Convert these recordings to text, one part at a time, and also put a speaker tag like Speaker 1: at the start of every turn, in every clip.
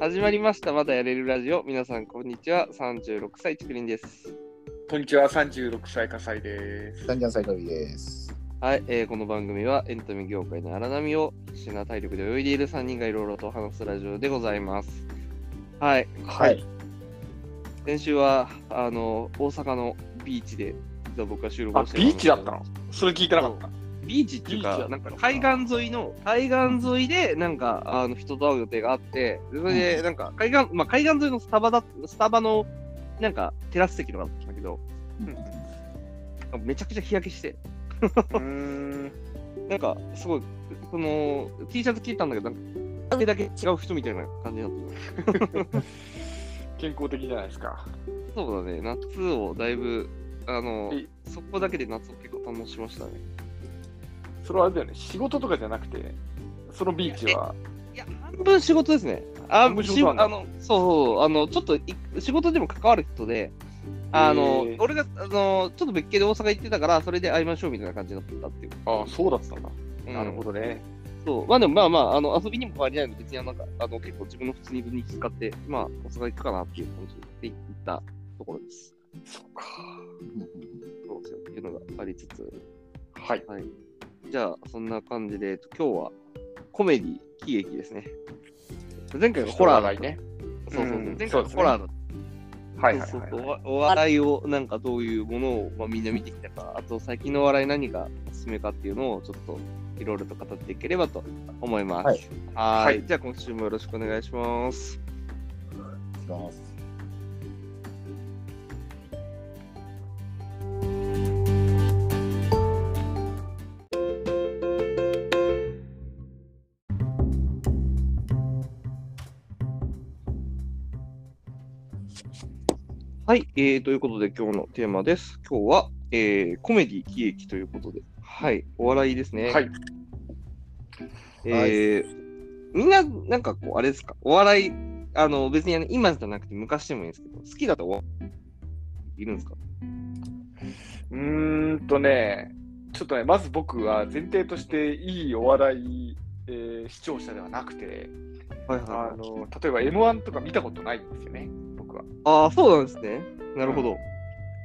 Speaker 1: 始まりました。まだやれるラジオ。皆さん、こんにちは。36歳、ちくりんです。
Speaker 2: こんにちは、36歳、火災です。
Speaker 3: ダンジャンサイトリです。
Speaker 1: はい、えーこの番組はエンタメ業界の荒波を必死な体力で泳いでいる3人がいろいろと話すラジオでございます。はい、
Speaker 3: はい。
Speaker 1: 先週はあの大阪のビーチで実は僕は収録
Speaker 2: あ、
Speaker 1: をしてたん
Speaker 2: ビー
Speaker 1: です
Speaker 2: チ
Speaker 1: けど
Speaker 2: だったのそれ聞いてなかった。
Speaker 1: ビーチっていう
Speaker 2: ビーチだ
Speaker 1: か、
Speaker 2: った
Speaker 1: な
Speaker 2: の
Speaker 1: ん
Speaker 2: か
Speaker 1: か海岸沿いの、海岸沿いで、なんか、あの、人と会う予定があって、でそれで、なんか、海岸、まあ、海岸沿いのスタバだ、スタバの、なんか、テラス席とかだったんだけど、めちゃくちゃ日焼けして、
Speaker 2: うーん。
Speaker 1: なんか、すごい、この、T シャツ着てたんだけど、なんか、だけ違う人みたいな感じだった。
Speaker 2: 健康的じゃないですか。
Speaker 1: そうだね、夏をだいぶ、あの
Speaker 2: え、
Speaker 1: そこだけで夏を結構楽しましたね。
Speaker 2: それはあれだよね、仕事とかじゃなくて、そのビーチは、
Speaker 1: いや、半分仕事ですね。あ
Speaker 2: 半分
Speaker 1: し
Speaker 2: 仕事なんだ
Speaker 1: あのそうそう、あの、ちょっとい仕事でも関わる人で、あの
Speaker 2: へー、
Speaker 1: 俺が、あの、ちょっと別件で大阪行ってたから、それで会いましょうみたいな感じだったっていう。
Speaker 2: あそうだったんだ。
Speaker 1: うん
Speaker 2: なるほどね。
Speaker 1: そう。まあでも、まあまあ、あの、遊びにも変わりないので、別に、なんか、あの、結構自分の普通にに使って、まあ、大阪行くかなっていう感じで行ったところです。
Speaker 2: そっか。
Speaker 1: そうですよ。っていうのがありつつ。
Speaker 2: はい。
Speaker 1: はい。じゃあ、そんな感じで、えっと今日はコメディ、喜劇ですね。前回がホラーだった。
Speaker 2: ね。
Speaker 1: そうそうそう。
Speaker 2: うん
Speaker 1: 前回
Speaker 2: そ
Speaker 1: が
Speaker 2: うですね
Speaker 1: ホラーだった。
Speaker 2: はいはい
Speaker 1: そうそうそ
Speaker 2: は
Speaker 1: う
Speaker 2: い。
Speaker 1: わお笑いをなんかどういうものを、まあ、みんな見てきたかあと最近のお笑い何がおすすめかっていうのをちょっといろいろと語っていければと思いますは
Speaker 3: はいい
Speaker 1: は
Speaker 2: はい
Speaker 1: じゃあ今週もよろしくお願いします
Speaker 3: いきます。
Speaker 1: はい、えー、ということで今日のテーマです今日は、えー、コメディ喜劇ということではいお笑いですね
Speaker 2: はい。
Speaker 1: えーみんな、なんかこう、あれですか、お笑い、あの、別にあの今じゃなくて昔でもいいんですけど、好きだとおいるんですか
Speaker 2: うーんとね、ちょっとね、まず僕は前提として、いいお笑い、えー視聴者ではなくて、
Speaker 1: はいはい
Speaker 2: あ
Speaker 1: はい。
Speaker 2: の例えば M1 とか見たことないんですよね、僕は。
Speaker 1: ああ、そうなんですね。なるほど。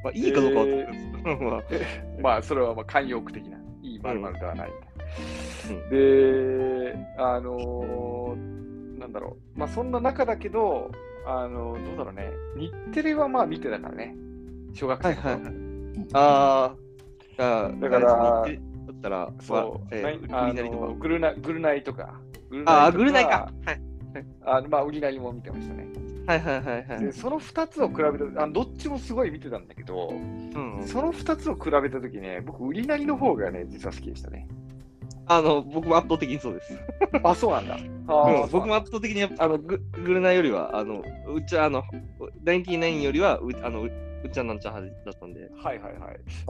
Speaker 1: まあ、いいかどうかは分かんないですけど、まあ
Speaker 2: まあそれはまあ慣用句的な、いいまるではない。
Speaker 1: うん
Speaker 2: で、あのーなんだろう、まあそんな中だけど、あのーどうだろうね、日テレはまあ見てたからね、小学生の頃
Speaker 1: はいは あーあー、
Speaker 2: だから
Speaker 1: あれですねだったら、
Speaker 2: そう
Speaker 1: わ、え
Speaker 2: ない
Speaker 1: ー、
Speaker 2: あ
Speaker 1: 売りなりと
Speaker 2: の
Speaker 1: か。
Speaker 2: グルナグルナイとか。
Speaker 1: ああ、
Speaker 2: とか
Speaker 1: ぐるないか。。はい
Speaker 2: あのまあ、売りなりも見てましたね。
Speaker 1: はいはいはいはい。
Speaker 2: で、その2つを比べたあの、どっちもすごい見てたんだけど、
Speaker 1: うん、
Speaker 2: その2つを比べたときね、僕、売りなりの方がね、実は好きでしたね。
Speaker 1: あの、僕も圧倒的にそうです。
Speaker 2: あ、そ うなんだ。
Speaker 1: う
Speaker 2: あ
Speaker 1: ん、僕も圧倒的にやっぱ、あの、ぐぐるないよりは、あの、うっちゃ、あの、ナインティナインよりは、うあのううっちゃなんちゃん派だったんで。
Speaker 2: はいはいはい。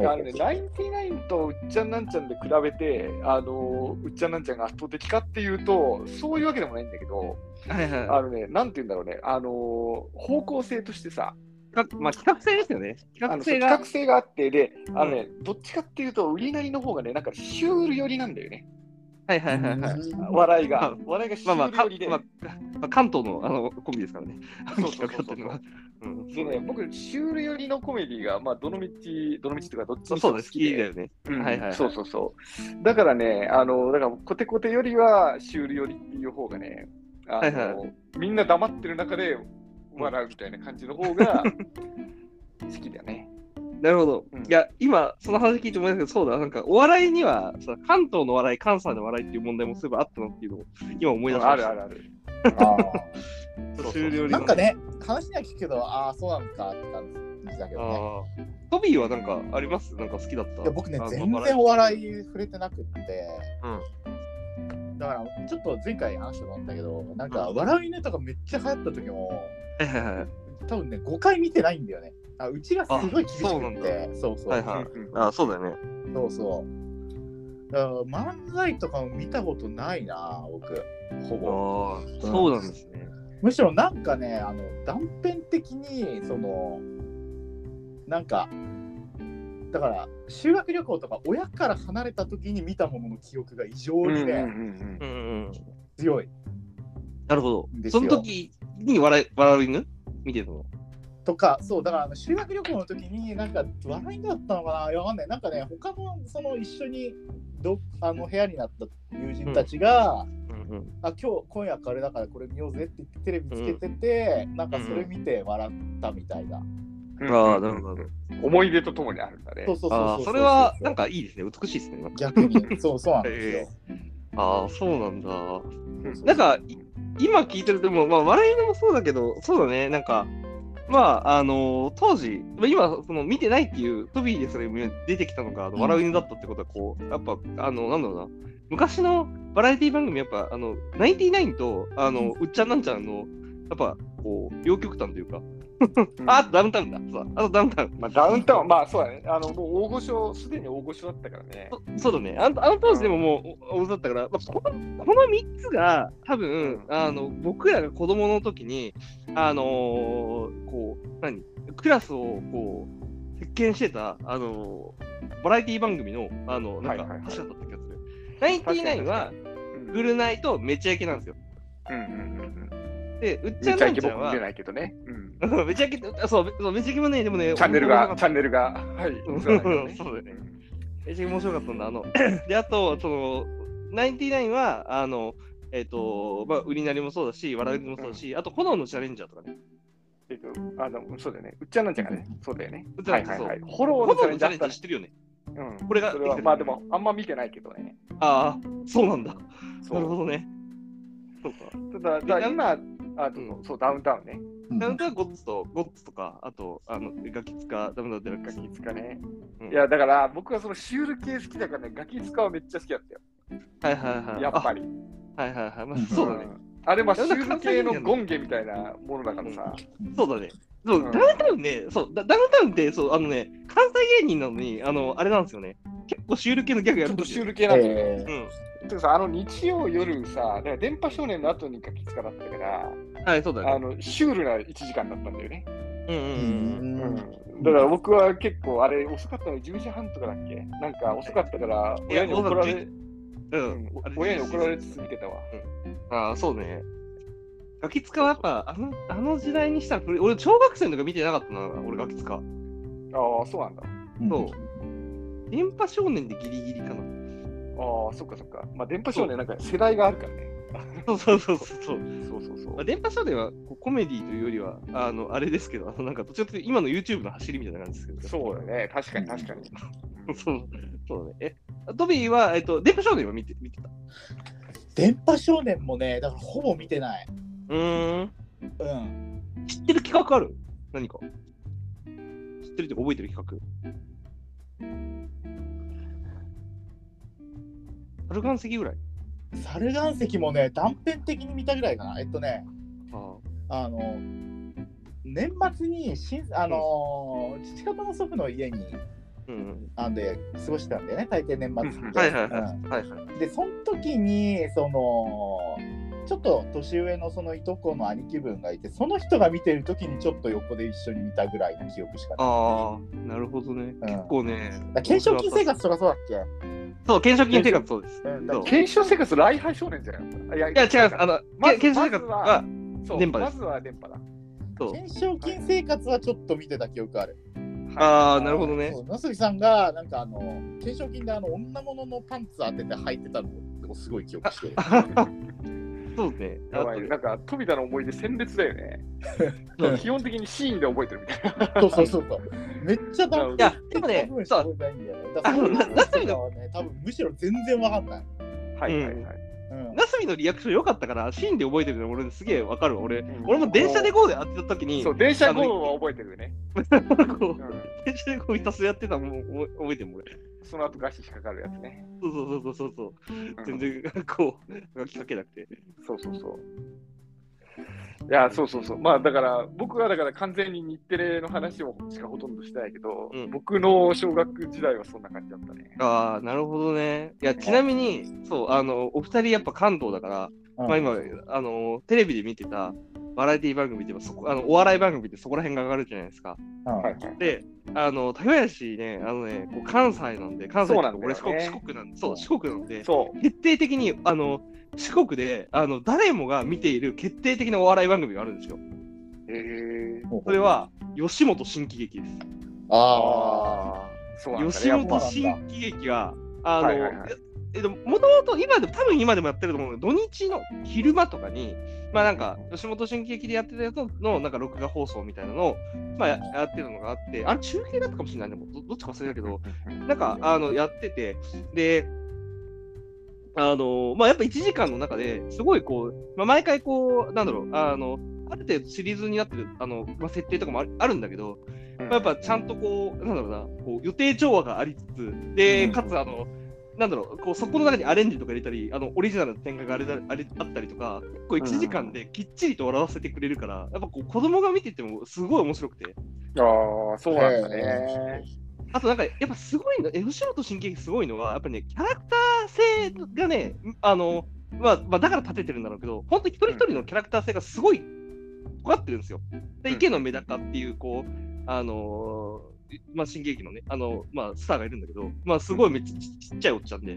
Speaker 3: は
Speaker 2: あ
Speaker 3: い
Speaker 2: のね、ナインティナインとうっちゃんなんちゃんで比べて、あのうっちゃんなんちゃんが圧倒的かっていうと、そういうわけでもないんだけど、
Speaker 1: はいはい
Speaker 2: あのね、なんて言うんだろうね、あの方向性としてさ、
Speaker 1: 企画まあ、企画性ですよね。企
Speaker 2: あ
Speaker 1: 画
Speaker 2: の
Speaker 1: 性
Speaker 2: そう
Speaker 1: が
Speaker 2: 企。画性があって、で、あのね、どっちかっていうと、売りなりの方がね、なんかシュール寄りなんだよね、
Speaker 1: はいはいはいはい。
Speaker 2: 笑い
Speaker 1: ま
Speaker 2: が
Speaker 1: あ。
Speaker 2: 笑いがシ
Speaker 1: まあま
Speaker 2: ュ
Speaker 1: あ、
Speaker 2: ール
Speaker 1: か
Speaker 2: 寄りで。
Speaker 1: まあかまあ、関東のあのコンビですからね。
Speaker 2: そうそうそうそう
Speaker 1: 企画だったのはうん
Speaker 2: でね、僕、シュール寄りのコメディが、まあ、どの道、どの道とか、どっち
Speaker 1: そう
Speaker 2: に
Speaker 1: そうです。好
Speaker 2: 好き
Speaker 1: きだ
Speaker 2: で、
Speaker 1: よね。
Speaker 2: うん
Speaker 1: はいはいはい
Speaker 2: そうそうそう。だからね、あの、だから、コテコテよりは、シュールよりっていう方がね、あの、
Speaker 1: はいは
Speaker 2: みんな黙ってる中で笑うみたいな感じの方が好きだよね。
Speaker 1: なるほど。
Speaker 2: うん
Speaker 1: いや、今、その話聞いて思いましたけど、そうだ、なんか、お笑いにはさ、関東の笑い、関西の笑いっていう問題もそういえばあったなっていうのを、今思い出しました。
Speaker 2: あるあるある。
Speaker 3: あ
Speaker 1: ちょっと終了
Speaker 3: ー
Speaker 1: に
Speaker 3: なんか。ね、話には聞くけど、ああ、そうなのかって感じだけ
Speaker 1: あ
Speaker 3: どね。
Speaker 1: ートビーはなんかありますなんか好きだった。
Speaker 3: いや僕ね
Speaker 1: あ、の
Speaker 3: 全然お笑い触れてなくって。だから、ちょっと前回話してたんだけど、なんか、
Speaker 1: うん
Speaker 3: 笑いネタがめっちゃ流行った時も、
Speaker 1: はいはいはいはい。
Speaker 3: 多分ね、5回見てないんだよね。あうちがすごい厳し
Speaker 1: あそうな
Speaker 3: く
Speaker 1: ん
Speaker 3: って、そうそう。
Speaker 1: はいはい
Speaker 2: うん
Speaker 1: あーそうだよね。
Speaker 3: そうそう。だから漫才とかも見たことないな、僕、ほ
Speaker 1: あ
Speaker 3: ぼ。
Speaker 1: ーそうなんですね。
Speaker 3: むしろなんかね、あの断片的に、その、なんか、だから、修学旅行とか親から離れた時に見たものの記憶が異常
Speaker 2: うんうんう
Speaker 3: に
Speaker 2: んう
Speaker 3: ね、
Speaker 1: う
Speaker 2: ん
Speaker 1: んうん。
Speaker 3: 強い。
Speaker 1: なるほど。
Speaker 3: ですよ
Speaker 1: その時に笑い笑う犬見てたの。
Speaker 3: とか、そう、だからあの修学旅行の時に、なんか、笑いだったのかな、いやわかんない、なんかね、他の、その一緒にどあの部屋になった友人たちが、
Speaker 1: うんうん。
Speaker 3: あ今日今夜あれだからこれ見ようぜって言ってテレビつけてて、なんかそれ見て笑ったみたいな。
Speaker 1: ああ、なるほど。
Speaker 2: 思い出とともにあるんだね
Speaker 3: そう。そうそう
Speaker 1: あ
Speaker 3: そ
Speaker 1: あ、
Speaker 3: う。
Speaker 1: それはなんかいいですね。美しいですね。なんか
Speaker 3: 逆に、 そうそうなんですよ。
Speaker 1: ああ、そうなんだ。
Speaker 2: うん
Speaker 1: なんか、い今聞いてると、もうまあ、笑いのもそうだけど、そうだね、なんか、まあ、あのー当時、まあ今、その見てないっていう、トビーでそれ出てきたのが、あの
Speaker 3: うん
Speaker 1: 笑う犬だったってことは、こう、やっぱ、あの、なんだろうな、昔のバラエティ番組、やっぱ、あの、ナインティナインと、あの、うっちゃんなんちゃんの、やっぱ、こう、両極端というか、あ、あとダウンタウンだ、そうだあとダウンタウン。
Speaker 2: まあ、ダウンタウン、まあそうだね。あの、もう大御所、すでに大御所だったからね。
Speaker 1: そそうだね。あのあの当時でももう、おおだったから、まあ、このこの3つが、多分、
Speaker 2: うん
Speaker 1: あの僕らが子供の時に、あのーこう、何、クラスをこう、席巻してた、あのーバラエティ番組の、あの、なんか、
Speaker 2: はいはいはい
Speaker 1: 柱だった気がする。ナインティナインは、
Speaker 2: うん
Speaker 1: グルナイとめちゃイケなんですよ。
Speaker 2: うんうんうんうん。
Speaker 1: で、うっち
Speaker 2: め
Speaker 1: ゃ
Speaker 2: っ
Speaker 1: ん
Speaker 2: ちゃ
Speaker 1: ないん
Speaker 2: け
Speaker 1: ちゃん
Speaker 2: 僕見
Speaker 1: は
Speaker 2: て、ないけどね。うん
Speaker 1: うんめちゃイケ、 そう、そうめちゃイケもね、でもね、
Speaker 2: チャンネル
Speaker 1: 面白か
Speaker 2: が
Speaker 1: っ、た
Speaker 2: チャンネルが、はい。
Speaker 1: うん
Speaker 2: 映らないからね
Speaker 1: そうだよねめちゃ面白かったんだ。あので、あと、その、ナインティナインは、あの、えっ、と、まあ、売りなりもそうだし、笑いもそうだし、あと、炎のチャレンジャーとかね。
Speaker 2: えっと、あの、そうだよね。うっちゃんなんちゃんがね、そうだよね。
Speaker 1: うっちゃ
Speaker 2: は
Speaker 1: ん
Speaker 2: い
Speaker 1: なん
Speaker 2: は
Speaker 1: ちゃん
Speaker 2: いはい。
Speaker 1: そ
Speaker 2: フォロ
Speaker 1: 炎
Speaker 2: ーの
Speaker 1: の
Speaker 2: チ
Speaker 1: チ
Speaker 2: ャ
Speaker 1: ャレンジ
Speaker 2: レンジャーだっ
Speaker 1: 知ってるよね。
Speaker 2: た。うん。
Speaker 1: これが
Speaker 2: それ
Speaker 1: でき
Speaker 2: は
Speaker 1: てる
Speaker 2: まあでも、あんま見てないけどね。
Speaker 1: ああ、そうなんだ。
Speaker 2: そ
Speaker 1: なるほ
Speaker 2: う。
Speaker 1: どね。そうか。
Speaker 2: ただ、だから今、あどうぞそう、ダウンタウンね。
Speaker 1: ダウンタウンゴッツと、ゴッツとか、あと、あの、ガキツカ、ダメだってガ
Speaker 2: ガ
Speaker 1: キ
Speaker 2: キツカね
Speaker 1: う。ん
Speaker 2: いや、だから、僕はそのシュール系好きだからね、ガキツカはめっちゃ好きだったよ。
Speaker 1: はいはいはい。
Speaker 2: やっぱり。
Speaker 1: あ。はいはいはい。まあ
Speaker 3: うん、
Speaker 1: そうだね。
Speaker 2: ん。あれ、まあ、シ
Speaker 1: 世
Speaker 2: ュ
Speaker 1: の中
Speaker 2: ール系のゴンゲみたいなものだからさ。
Speaker 1: そうだね。そう、
Speaker 2: う
Speaker 1: ダウ
Speaker 2: ん
Speaker 1: ンタウンね、そう、ダダウンタウンって、そう、あのね、関西芸人なのに、あの、あれなんですよね。結構シュール系のギャグや
Speaker 2: ち
Speaker 1: る
Speaker 2: ょっ
Speaker 1: んで
Speaker 2: と
Speaker 1: す
Speaker 2: シ
Speaker 1: よ
Speaker 2: ュー
Speaker 1: ね。
Speaker 2: ル系なんだよね。
Speaker 3: え
Speaker 1: うん。
Speaker 2: てかさ、あの日曜夜さ、だから電波少年の後にガキツカだったから、
Speaker 1: はい、そうだ
Speaker 2: あ
Speaker 1: ね。
Speaker 2: のシュールな1時間だったんだよね。
Speaker 1: うんうん
Speaker 3: ー
Speaker 1: うん。
Speaker 2: うんだから僕は結構、あれ遅かったの10時半とかだっけなんか遅かったから、
Speaker 1: いや
Speaker 2: 親に怒られ、
Speaker 1: 遅う
Speaker 2: うんん、
Speaker 1: あれ
Speaker 2: 親に怒られつつ見てたわ。
Speaker 1: ああ、そうね。ガキ使はやっぱ、あのあの時代にしたら古い、俺、小学生の時見てなかったな、俺、ガキ使。
Speaker 2: ああ、そうなんだ。
Speaker 1: そう。電波少年でギリギリかな。
Speaker 2: ああ、そっかそっか。まあ、電波少年なんか世代があるからね。
Speaker 1: そうそうそうそう。
Speaker 2: そうそうそう
Speaker 1: まあ、。電波少年はこうコメディというよりは、あの、あれですけど、あのなんか、どっちょっと今の YouTube の走りみたいな感じですけど。
Speaker 2: そうだね。確かに確かに。
Speaker 1: そう。 そうね。え、トビーは、えっと、電波少年は見て見てた。
Speaker 3: 電波少年もね、だからほぼ見てない。
Speaker 1: うーん。
Speaker 3: うん。
Speaker 1: 知ってる企画ある何か。知ってるっていうか覚えてる企画。アルガン席ぐらい。
Speaker 3: 猿岩石もね、断片的に見たぐらいかな。えっとね、
Speaker 1: ああ。
Speaker 3: あの、年末にしん、あのー父方の祖父の家に、
Speaker 1: うん
Speaker 3: あんで過ごしてたんだよね、大抵年末
Speaker 2: うん
Speaker 3: って。
Speaker 1: はいはいは
Speaker 3: うん
Speaker 1: い。はいはい。
Speaker 3: でその時にそのちょっと年上のそのいとこの兄貴分がいてその人が見てる時にちょっと横で一緒に見たぐらいの記憶しかない。
Speaker 1: ああ、なるほどね。
Speaker 3: うん
Speaker 1: 結構ね。
Speaker 3: だ懸賞金生活とかそうだっけ
Speaker 1: そう、懸賞金生活そうです。
Speaker 3: うんだ
Speaker 1: そう
Speaker 2: 検証生活、来廃少年じゃないいや、い
Speaker 1: いや、違います。あの、
Speaker 2: まず
Speaker 1: 懸賞生活は、
Speaker 2: そう
Speaker 1: 電波で
Speaker 2: ますずは電波だ。
Speaker 1: そう。
Speaker 3: 懸賞金生活はちょっと見てた記憶ある。
Speaker 1: ああ、なるほどね
Speaker 3: そ。う。野杉さんがなんかあの懸賞金であの女物のパンツ当てて履いてたのをすごい記憶してる。
Speaker 1: そうですね。
Speaker 2: やばいねなんか、富田の思い出、鮮烈だよ ね。
Speaker 3: うん
Speaker 2: 基本的にシーンで覚えてるみたいな。
Speaker 3: そうそうそうそう。めっちゃダメ。
Speaker 1: いや、でもね、そ
Speaker 3: そう
Speaker 1: う。。
Speaker 3: だから
Speaker 1: あのななすびの
Speaker 3: はね、多分むしろ全然わかんない。
Speaker 2: はいはいはい。
Speaker 3: うん
Speaker 1: なすみのリアクション良かったから、シーンで覚えてるの俺すげえわかるわ。俺
Speaker 2: ん、
Speaker 1: 俺も電車で GO で会ってた時に、
Speaker 2: そう、電車ゴーは覚えてるよね。
Speaker 1: こ
Speaker 2: う、
Speaker 1: うん電車で GO ひたすらやってたのもう覚えてるもん俺。
Speaker 2: その後ガシ引っかかるやつね。
Speaker 1: そうそうそうそうそう。
Speaker 2: う
Speaker 1: 全
Speaker 2: ん
Speaker 1: 然、こう、書きかけなくて。
Speaker 2: そうそうそう。いや、そうそうそう。まあ、だから、僕はだから完全に日テレの話をしかほとんどしてないけど、
Speaker 1: うん
Speaker 2: 僕の小学時代はそんな感じだったね。
Speaker 1: ああ、なるほどね。いや、ちなみに、そう、あの、お二人やっぱ関東だから、
Speaker 3: うん
Speaker 1: まあ今、あの、テレビで見てたバラエティ番組でもそこ、あの、お笑い番組ってそこら辺が上がるじゃないですか。
Speaker 3: うん
Speaker 2: はいはい。
Speaker 1: で、あの、高林ね、あのね、こう関西なんで、関西ってい
Speaker 2: そ
Speaker 1: うう
Speaker 2: な
Speaker 1: か
Speaker 2: んだよね
Speaker 1: 俺四国、四国なんで、そう、四国なんで、
Speaker 2: そう。
Speaker 1: 徹底的に、あの、四国で、あの、誰もが見ている決定的なお笑い番組があるんですよ。
Speaker 2: えー、
Speaker 3: そ
Speaker 1: それは、吉本新喜劇です。
Speaker 3: あ
Speaker 2: ああ、そうなんだ、ね。
Speaker 1: 吉
Speaker 2: やっ
Speaker 1: 本
Speaker 2: ぱ
Speaker 1: 新喜劇は、あの、
Speaker 2: はいはいはい
Speaker 1: ええっと、もともと今でも、多分今でもやってると思うけど、土日の昼間とかに、まあなんか、吉本新喜劇でやってたやつの、なんか録画放送みたいなのを、まあややってるのがあって、あれ中継だったかもしれないね、もうどどっちか忘れたけど、なんか、あの、やってて、で、あの、まあ、やっぱ1時間の中で、すごいこう、まあ、毎回こう、なんだろう、あの、ある程度シリーズになってる、あの、まあ、設定とかもあるあるんだけど、
Speaker 2: うん
Speaker 1: まあ、やっぱちゃんとこう、なんだろうな、こう予定調和がありつつ、で、
Speaker 3: うん
Speaker 1: かつ、あの、なんだろう、こうそこの中にアレンジとか入れたり、あのオリジナルの展開があれだあれあったりとか、結構1時間できっちりと笑わせてくれるから、やっぱこう子供が見ててもすごい面白くて、
Speaker 2: ああ、そうなんだ
Speaker 3: へ
Speaker 2: ね。
Speaker 1: あとなんか、やっぱすごいの、え吉本新喜劇すごいのは、やっぱね、キャラクター性がね、あの、まあ、まあ、だから立ててるんだろうけど、本当一人一人のキャラクター性がすごい尖ってるんですよ。で、
Speaker 2: うん
Speaker 1: 池のメダカっていう、こう、あのーまあ、新喜劇のね、あの、まあ、スターがいるんだけど、まあ、すごいめっちゃちちっちゃいおっちゃんで、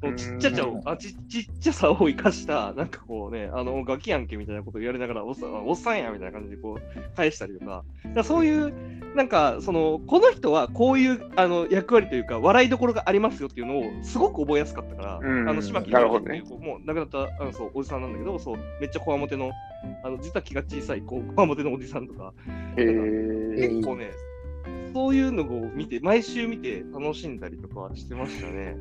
Speaker 1: こうちっちゃちゃを
Speaker 3: うん
Speaker 1: あちちっちゃさを生かした、なんかこうね、あの、ガキやんけみたいなことを言われながら、おっさんおっさんやみたいな感じでこう、返したりとか、だからそういう、なんかそのこの人はこういうあの役割というか笑いどころがありますよっていうのをすごく覚えやすかったから、
Speaker 2: うん
Speaker 1: あの島木
Speaker 2: なる
Speaker 1: 宏
Speaker 2: ほ
Speaker 1: っ
Speaker 2: ど
Speaker 1: てい
Speaker 2: ね
Speaker 1: う、もう亡くなったあのそうおじさんなんだけどそうめっちゃこわもてのあの実は気が小さいこうこわもてのおじさんとか
Speaker 2: へえ
Speaker 3: え
Speaker 1: 結構ね、そういうのを見て毎週見て楽しんだりとかしてましたね。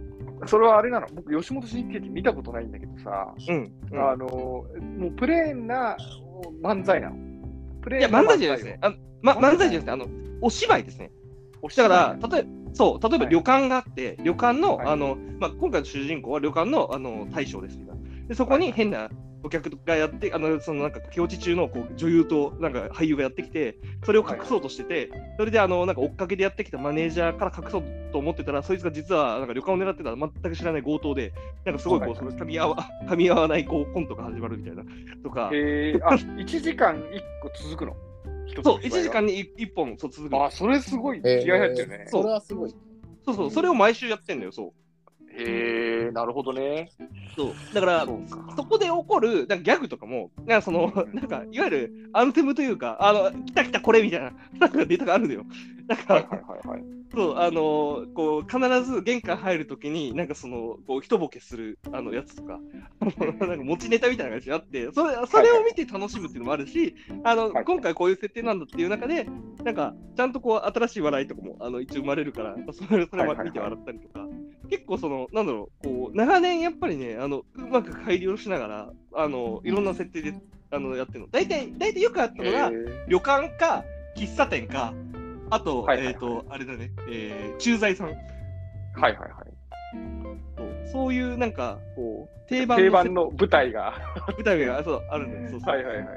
Speaker 2: それはあれなの僕、吉本新喜劇見たことないんだけどさ、
Speaker 1: うん、うん
Speaker 2: あの、もうプレーンな漫才なの。プレ
Speaker 1: いや漫才じゃないですね
Speaker 2: ね。
Speaker 1: あの、ま、漫才じゃなくてあのお芝居ですね。だから、例えば、そう、例えば
Speaker 2: はい
Speaker 1: 旅館があって、旅館の、
Speaker 2: はい
Speaker 1: あの、まあ、今回の主人公は旅館の、あの、大将です、みたいな。で、そこ
Speaker 2: は
Speaker 1: に
Speaker 2: い
Speaker 1: 変なお客がやって、あの、その、なんか、境地中の、こう、女優と、なんか、俳優がやってきて、それを隠そうとしてて、それで、あの、なんか、追っかけでやってきたマネージャーから隠そうと思ってたら、そいつが実は、なんか、旅館を狙ってた全く知らない強盗で、なんか、すごい、こ
Speaker 2: は
Speaker 1: う、
Speaker 2: い
Speaker 1: それ噛み合わ、噛み合わない、こう、コントが始まるみたいな、とか、
Speaker 2: へえあ、1時間1個続くの。一つの
Speaker 1: そう、
Speaker 2: 芝居
Speaker 1: 1時
Speaker 2: が
Speaker 1: 間に1本、そう、続くの。
Speaker 2: あ、それすごい気合
Speaker 3: え
Speaker 2: い入ってるね。
Speaker 3: それはすごい。
Speaker 1: そうそう、それを毎週やってんだよ、そう。
Speaker 2: へえなるほどね。
Speaker 1: そうだから
Speaker 2: そう
Speaker 1: そ
Speaker 2: か
Speaker 1: こで起こるなんかギャグとかもなんかその
Speaker 2: うん
Speaker 1: なんかいわゆるアンセムというかあの来た来たこれみたいななんかネタがあるのよ。なん
Speaker 2: はい
Speaker 1: か
Speaker 2: はいはいはい。
Speaker 1: そうあのこう必ず玄関入るときになんかそのこう一ボケするあのやつとかあのなんか持ちネタみたいな感じがあってそれそれを見て楽しむっていうのもあるしあの
Speaker 2: はい
Speaker 1: 今回こういう設定なんだっていう中でなんかちゃんとこう新しい笑いとかもあの一応生まれるからそれそれ
Speaker 2: は
Speaker 1: も
Speaker 2: いはいはい
Speaker 1: 見て笑ったりとか、結構そのなんだろうこう長年やっぱりねあのうまく改良しながらあのいろんな設定であのやってるの大体大体よくあったのが、
Speaker 2: へー
Speaker 1: 旅館か喫茶店かあと、
Speaker 2: はいはいはい
Speaker 1: えっ、とあれだね、えー、駐在さん
Speaker 2: はいはいはい。
Speaker 1: そうそういうなんかこう定番
Speaker 2: 定番
Speaker 1: の
Speaker 2: の舞台が。
Speaker 1: 舞台がそうあるんだよそうそう,、
Speaker 2: はいはいはいはい。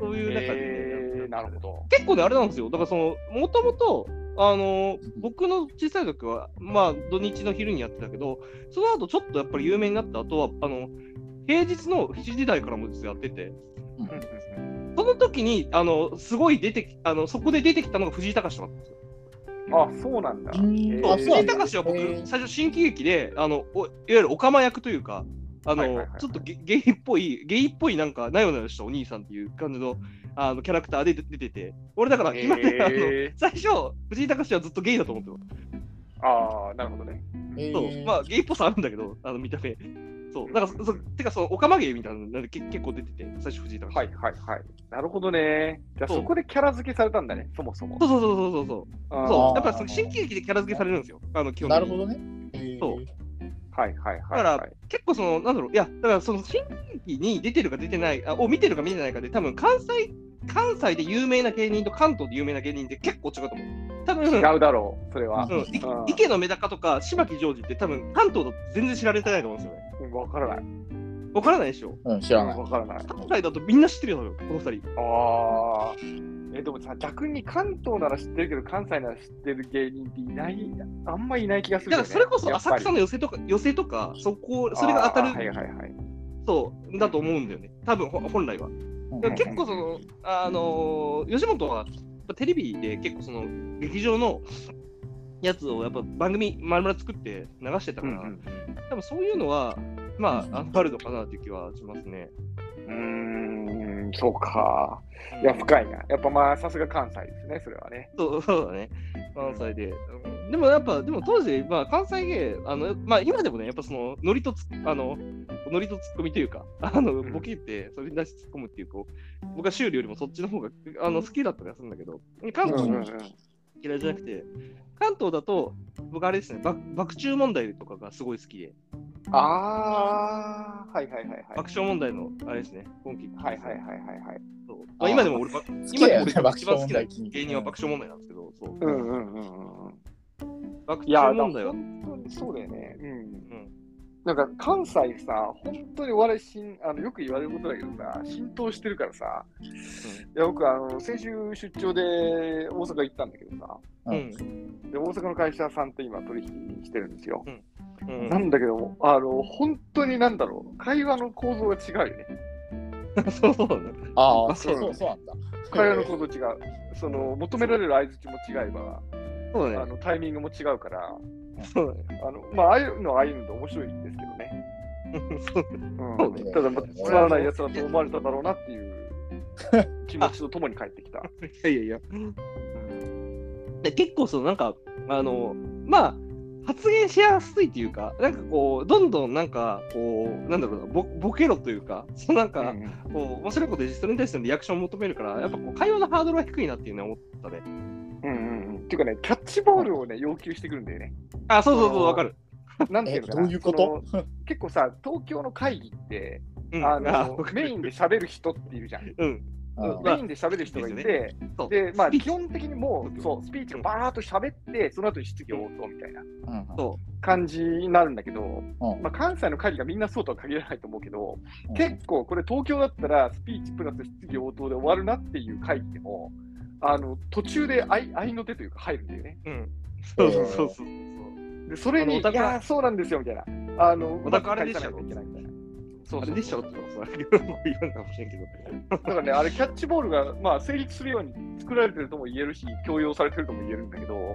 Speaker 1: そういう中で、ねや
Speaker 2: へえ
Speaker 1: っ
Speaker 2: なるほど。
Speaker 1: 結構ねあれなんですよだからそのもともとあの僕の小さい時はまあ土日の昼にやってたけどその後ちょっとやっぱり有名になった後はあの平日の7時台からも実はやっててその時にあのすごい出てきあのそこで出てきたのが藤井隆だったんですよ
Speaker 2: あ、そうなんだ。
Speaker 3: うん
Speaker 2: へー
Speaker 3: あそう
Speaker 1: 藤
Speaker 3: な
Speaker 1: 井
Speaker 3: んだ
Speaker 1: 隆は僕、
Speaker 3: へー
Speaker 1: 最初、新喜劇で、あのおいわゆるオカマ役というか、あの
Speaker 2: はいはいはいはい
Speaker 1: ちょっとゲゲイっぽい、ゲイっぽいなんか、なよなよしたお兄さんっていう感じのあのキャラクターで出出てて、俺だから今まで、
Speaker 2: へー
Speaker 1: あの最初、藤井隆はずっとゲイだと思ってます。
Speaker 2: ああ、なるほどね。
Speaker 3: えー
Speaker 1: そうまあ、ゲイっぽさあるんだけど、あの見た目。そうだからそそてかそのオカマ芸みたいなのでけ結構出てて最初藤井隆
Speaker 2: はいはいはい。なるほどね。じゃあ
Speaker 1: そう
Speaker 2: そこでキャラ付けされたんだね、そもそも
Speaker 1: そ。うそうそうそうそうそう
Speaker 2: あ
Speaker 1: そう
Speaker 2: ー
Speaker 1: やっぱその新喜劇でキャラ付けされるんですよあの基本的に
Speaker 3: なるほどね。えー
Speaker 1: そう
Speaker 2: はいはいはい。
Speaker 1: だから、結構その、なんだろう、いや、だからその新喜劇に出てるか出てないあ、を見てるか見てないかで、多分関西、関西で有名な芸人と関東で有名な芸人って結構違うと思う。多分、
Speaker 2: 違うだろう、それは。
Speaker 1: うんい
Speaker 2: うん
Speaker 1: 池のメダカとか島木ジョージって多分関東だと全然知られてないと思うんですよね。
Speaker 2: わからない。
Speaker 1: わからないでしょ。
Speaker 3: うん、知らない。
Speaker 2: わからない。
Speaker 1: 関西だとみんな知ってるよ、この二人。
Speaker 2: ああ。え、でもさ、逆に関東なら知ってるけど、関西なら知ってる芸人っていない、あんまいない気がする
Speaker 1: だ
Speaker 2: よ
Speaker 1: から
Speaker 2: ね、
Speaker 1: それこそ浅草
Speaker 2: やっ
Speaker 1: の寄せとか、寄せとか、そこ、
Speaker 2: ぱり
Speaker 1: それが当た
Speaker 2: あーはい
Speaker 1: る、
Speaker 2: はいはい。
Speaker 1: そう、だと思うんだよね。多分、ほ本来は。
Speaker 3: うん
Speaker 1: だから結構その、あの吉本はやっぱテレビで結構その劇場のやつをやっぱ番組まるまる作って流してた
Speaker 2: う
Speaker 1: か
Speaker 2: ん
Speaker 1: ら、
Speaker 2: うん
Speaker 1: 多分そういうのはまあ、あのあるのかなって気はしますね。
Speaker 2: うーん、そうか。いや、深いな。やっぱまあ、さすが関西ですね、それはね。
Speaker 1: そうそうだね。関西で。うんでもやっぱ、でも当時、まあ、関西芸、あの、まあ今でもね、やっぱその、ノリとつ、あの、ノリとツッコミというか、あの、
Speaker 2: ん
Speaker 1: ボケって、それに出し突っ込むっていう、こう、僕は修理よりもそっちの方が、あの、好きだったりはするんだけど、関
Speaker 2: うん
Speaker 1: 東
Speaker 2: うんうん
Speaker 1: も嫌いじゃなくて、関東だと、僕あれですね、爆爆中問題とかがすごい好きで、
Speaker 2: ああ、はいはいはいはい。
Speaker 1: 爆笑問題の、あれですね、今期。
Speaker 2: はいはいはいはいはい。
Speaker 1: そうまあ、今でも俺、ば
Speaker 3: 好
Speaker 1: 今
Speaker 3: きだ
Speaker 1: で
Speaker 3: よ
Speaker 1: も
Speaker 3: ね、
Speaker 1: 俺
Speaker 3: 爆
Speaker 1: 一番
Speaker 3: 笑
Speaker 1: 好
Speaker 3: 問
Speaker 1: きな
Speaker 3: 題君。
Speaker 1: 芸人は爆笑問題なんですけど、そう。
Speaker 2: うんうんうんうん。
Speaker 1: 爆
Speaker 2: いや、
Speaker 1: 笑
Speaker 2: でも
Speaker 1: 問題は、
Speaker 2: 本当にそうだよね。うん。
Speaker 1: うん。
Speaker 2: なんか関西さ、本当にお笑いしんあのよく言われることだけどさ、浸透してるからさ、いや僕あの、先週出張で大阪行ったんだけどさ、
Speaker 3: う
Speaker 1: うんん。
Speaker 2: で大阪の会社さんと今取引してるんですよ。
Speaker 1: うん
Speaker 2: なんだけど、あの本当になんだろう、会話の構造が違うよね。
Speaker 1: そうそうだね。
Speaker 3: ああ、
Speaker 1: あ
Speaker 2: そう
Speaker 3: そ
Speaker 2: う
Speaker 3: そうそうなんだ。
Speaker 2: 会話の構造違う。その求められる相槌も違えば、
Speaker 1: そう
Speaker 2: あ
Speaker 1: だね。
Speaker 2: のタイミングも違うから、
Speaker 1: そうだね。
Speaker 2: あのまあ、ああいうのはああいうので面白いんですけどね。
Speaker 1: そう
Speaker 2: うん
Speaker 3: そうね
Speaker 2: ただ、まあつまらないやつだと思われただろうなっていう気持ちとともに帰ってきた。
Speaker 1: いやいやいや。で結構そのなんかあのまあ発言しやすいというかなんかこうどんどんなんかこうなんだろうなボボケろというかそのなんかこう面白いことでそれに対してのリアクションを求めるからやっぱこう会話のハードルは低いなっていうのは思ったね。
Speaker 2: うんうんうんっていうかね、キャッチボールをね、要求してくるんだよね。
Speaker 1: あそうそうそうわかる。
Speaker 2: なんてい
Speaker 3: え、
Speaker 2: うのか
Speaker 3: ど
Speaker 2: な
Speaker 3: ういうこと
Speaker 2: その結構さ、東京の会議って、
Speaker 1: うん
Speaker 2: あの
Speaker 1: わかる
Speaker 2: メインで喋る人っているじゃん。
Speaker 1: うん
Speaker 3: うん
Speaker 1: まあ
Speaker 2: メインで喋る人がいて、
Speaker 1: そう
Speaker 2: で、まあ、
Speaker 1: スピー
Speaker 2: 基
Speaker 1: チ
Speaker 2: 本的にもう、そう、スピーチをバーっと喋って、その後に質疑応答みたいな
Speaker 3: うん
Speaker 1: そ
Speaker 2: 感じになるんだけど、
Speaker 3: うん
Speaker 2: まあ、関西の会議がみんなそうとは限らないと思うけど、
Speaker 3: うん
Speaker 2: 結構これ東京だったらスピーチプラス質疑応答で終わるなっていう会議でも、あの途中で合い合いの手というか入るんだよね。
Speaker 1: う。うん。そうそうそうそう。
Speaker 2: で、それに、
Speaker 1: あの
Speaker 2: い
Speaker 1: お宅は
Speaker 2: やー、そうなんですよみたいな。あの、
Speaker 1: お宅あれでしょ
Speaker 2: うまく返さなきゃいけないみたいな。そう
Speaker 1: あ
Speaker 2: そう
Speaker 1: れでしょってそう言うのも言わんかもしれんけど。
Speaker 2: だからね、あれ、キャッチボールが、まあ、成立するように作られてるとも言えるし、強要されてるとも言えるんだけど、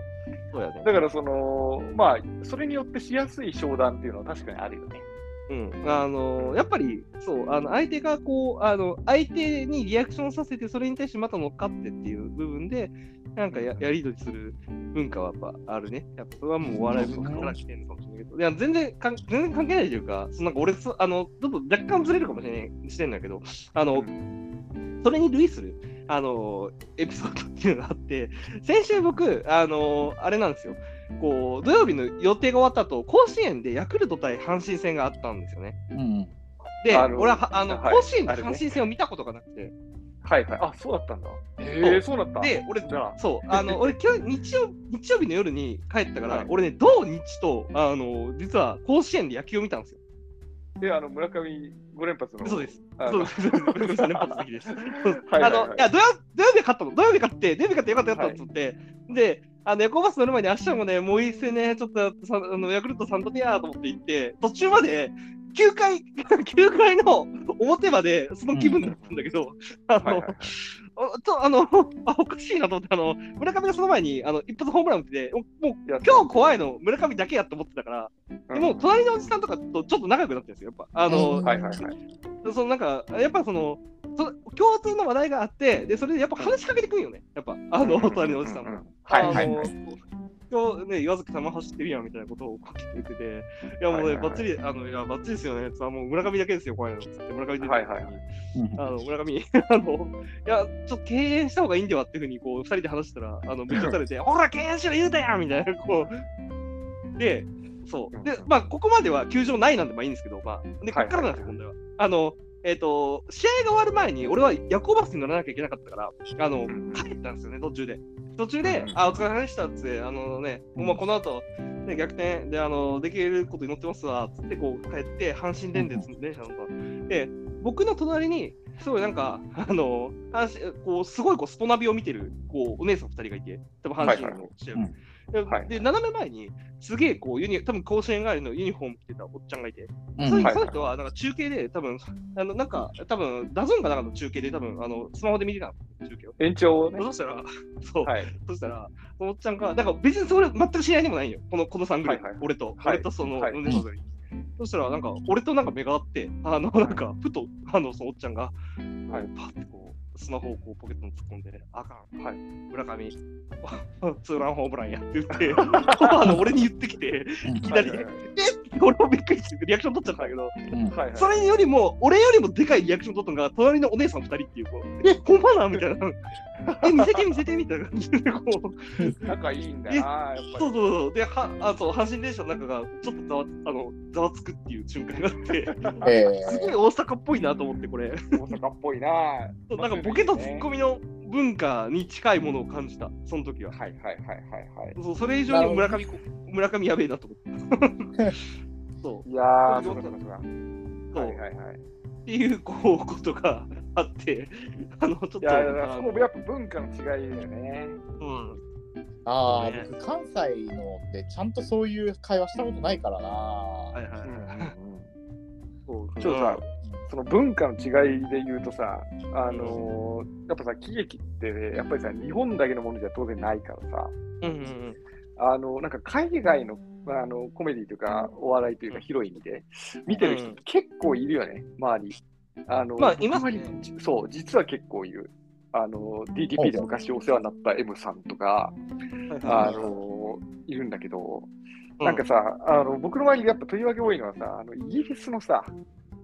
Speaker 1: そうやね。
Speaker 2: だからその、まあ、それによってしやすい商談っていうのは確かにあるよね。
Speaker 1: うん、あのやっぱりそうあの相手がこうあの相手にリアクションさせてそれに対してまた乗っかってっていう部分でなんかややり取りする文化はやっぱあるねやっぱそれはもうお笑い文化から来てるのかもしれないけどいや全然かん全然関係ないというかそのなんか俺そあのちょっと若干ずれるかもしれないしてんだけどあの、それに類するあのエピソードっていうのがあって先週僕あのあれなんですよこう土曜日の予定が終わった後甲子園でヤクルト対阪神戦があったんですよね。
Speaker 3: うん
Speaker 1: で、
Speaker 2: あの
Speaker 1: 俺はあの
Speaker 2: はい
Speaker 1: 甲子園で
Speaker 2: あれね
Speaker 1: 阪神戦を見たことがなくて、
Speaker 2: はいはい。あ、そうだったんだ。へえ、そうだった。
Speaker 1: で、俺
Speaker 2: じゃあ、
Speaker 1: そう、あ の俺今日日曜、日曜日の夜に帰ったから、
Speaker 2: はい
Speaker 1: 俺ね、同日と、あの実は甲子園で野球を見たんですよ。
Speaker 2: で、あの、村上五連発の。
Speaker 1: そうです。
Speaker 2: あ
Speaker 1: そう
Speaker 2: の
Speaker 1: です。 連発的です。
Speaker 2: はいは
Speaker 1: あ
Speaker 2: いはい
Speaker 1: のいや土曜土曜日勝ったの、土曜日勝って、土曜日勝ってよかったよかったっつって、で、あの夜行バス乗る前に明日もね、もういいっすよね、ちょっとさあのヤクルトサンドピアと思って行って、途中まで9回、9回の表までその気分だったんだけど、あ
Speaker 2: はい
Speaker 1: の
Speaker 2: はいはい、
Speaker 1: おとあの あおかしいなと思って、あの村上がその前にあの一発ホームラン打ってて、おもう
Speaker 2: やった
Speaker 1: 今日怖いの、村上だけやと思ってたから、でも
Speaker 2: うん
Speaker 1: 隣のおじさんとかとちょっと仲良くなってるんですよ、やっぱ。あの、
Speaker 3: うん
Speaker 2: はいはいはい。
Speaker 1: そのなんか、やっぱその、そ共通の話題があって、で、それでやっぱ話しかけてくんよね、やっぱ、あの、隣のおじさん
Speaker 2: ううう
Speaker 1: も。
Speaker 2: う。はいはい
Speaker 1: あ
Speaker 2: は
Speaker 1: の
Speaker 2: い。
Speaker 1: 今日ね、岩崎様走ってるやんみたいなことをこう言ってて、いやもう
Speaker 2: は
Speaker 1: ね、
Speaker 2: いはいは
Speaker 1: ば
Speaker 2: い
Speaker 1: っちり、あの、いや、ばっちりですよね、つってあもう村上だけですよ、怖いの、つって、村上出てきて
Speaker 2: はいはいは
Speaker 1: あの、村上、 あの、いや、ちょっと敬遠した方がいいんではっていうふうに、こう、二人で話したら、あの、めっちゃされて、ほら、敬遠しろ言うたやんみたいな、こう。で、そう。で、まあ、ここまでは球場ないなんでまあいいんですけど、まあ、で、こ
Speaker 2: はいはい
Speaker 1: っからなんですよ、問題は。あの、えっ、と、試合が終わる前に、俺は夜行バスに乗らなきゃいけなかったから、あの
Speaker 2: うんうん、
Speaker 1: 帰ったんですよね、途中で。途中で
Speaker 2: う、ん
Speaker 1: あ、お疲れ様でしたっつって、あのね、
Speaker 3: うん
Speaker 1: まあ、この後、ね、逆転で、あの、できることに乗ってますわ、つって、こう、帰って、阪神電鉄の電車ので、僕の隣に、すごいなんか、あの、阪神こうすごいこうスポナビを見てるこうお姉さん2人がいて、多分阪神の試合
Speaker 3: はいはい
Speaker 1: で
Speaker 2: んはい
Speaker 1: で、斜め前に、すげえこうユニ、多分甲子園帰りのユニフォーム着てたおっちゃんがいて、
Speaker 3: うん
Speaker 1: そ
Speaker 3: うん
Speaker 1: の
Speaker 2: はい
Speaker 1: その人はなんか中継で、多分あのなんか、多分ダゾーンかなんかの中継で、多分あのスマホで見てたの、中継を。
Speaker 2: 延長をね。
Speaker 1: そしたら、そう、
Speaker 2: はい。
Speaker 1: そしたら、そのおっちゃんが、だから別にそれ全く知り合いでもないよ、このこの3グループ、
Speaker 2: はいはい
Speaker 1: 俺と、
Speaker 2: はい
Speaker 1: 俺とその、
Speaker 2: はい
Speaker 1: お姉さんとそしたら、なんか、俺となんか目が合って、あの、なんか、ふと、あの、そのおっちゃんが、
Speaker 2: はい
Speaker 1: パッてこう、スマホをこうポケットに突っ込んで、あかん、
Speaker 2: はい
Speaker 1: 村 上、ツーランホームランやって言 って、あの、俺に言ってきて、いきなりね、えっ俺もびっくりして、リアクション取っちゃったんだけど、
Speaker 3: うん
Speaker 2: はいはい。
Speaker 1: それよりも、俺よりもでかいリアクション取ったのが、隣のお姉さん2人っていう、こう、え、コマなみたい な、え、見せて見せてみたいな感じで、こう。
Speaker 2: 仲いいんだな、やっぱ
Speaker 1: そう
Speaker 2: り。
Speaker 1: そうそう。で、はあそう阪神電車の中がちょっとざわあのざわつくっていう瞬間があって、
Speaker 3: え
Speaker 1: すごい
Speaker 3: ー
Speaker 1: 大阪っぽいなと思って、これ。
Speaker 2: 大阪っぽいな。
Speaker 1: そうなんかボケとツッコミの文化に近いものを感じた、その時は。
Speaker 2: はいはいはいはいはい。
Speaker 1: そうそれ以上に村上こ、村上やべえなと思って。そう
Speaker 2: いやー、
Speaker 1: そ
Speaker 2: そうう
Speaker 1: だ
Speaker 2: だ
Speaker 1: そう
Speaker 2: そ
Speaker 1: そう
Speaker 2: うは
Speaker 1: っ
Speaker 2: いはいはい。
Speaker 1: ていうこうことがあって、あのちょっと
Speaker 2: いやいや、
Speaker 1: あ
Speaker 2: そ
Speaker 1: の
Speaker 2: こもやっぱ文化の違いだよね。
Speaker 1: うん
Speaker 3: ああ、
Speaker 1: ね
Speaker 3: 僕、関西のでちゃんとそういう会話したことないからな。
Speaker 1: はいは
Speaker 2: うんうん
Speaker 1: い。
Speaker 2: うん
Speaker 1: そう
Speaker 2: ちょっとさ、その文化の違いで言うとさ、あのーやっぱさ、喜劇って、やっぱりさ、日本だけのものじゃ当然ないからさ、
Speaker 1: うんうんうん
Speaker 2: あのなんか海外のあのコメディというか、お笑いというか、広い意味で、見てる
Speaker 1: う
Speaker 2: 人
Speaker 1: ん、
Speaker 2: 結構いるよね、周り。あの
Speaker 1: まあいますね
Speaker 2: 僕はじそう、実は結構いる。あの DTP で昔お世話になった M さんとか、
Speaker 1: はいは
Speaker 2: あ
Speaker 1: い
Speaker 2: のいるんだけど、
Speaker 1: うん
Speaker 2: なんかさ、あの僕の周りでやっぱとりわけ多いのはさ、あのイギリスのさ、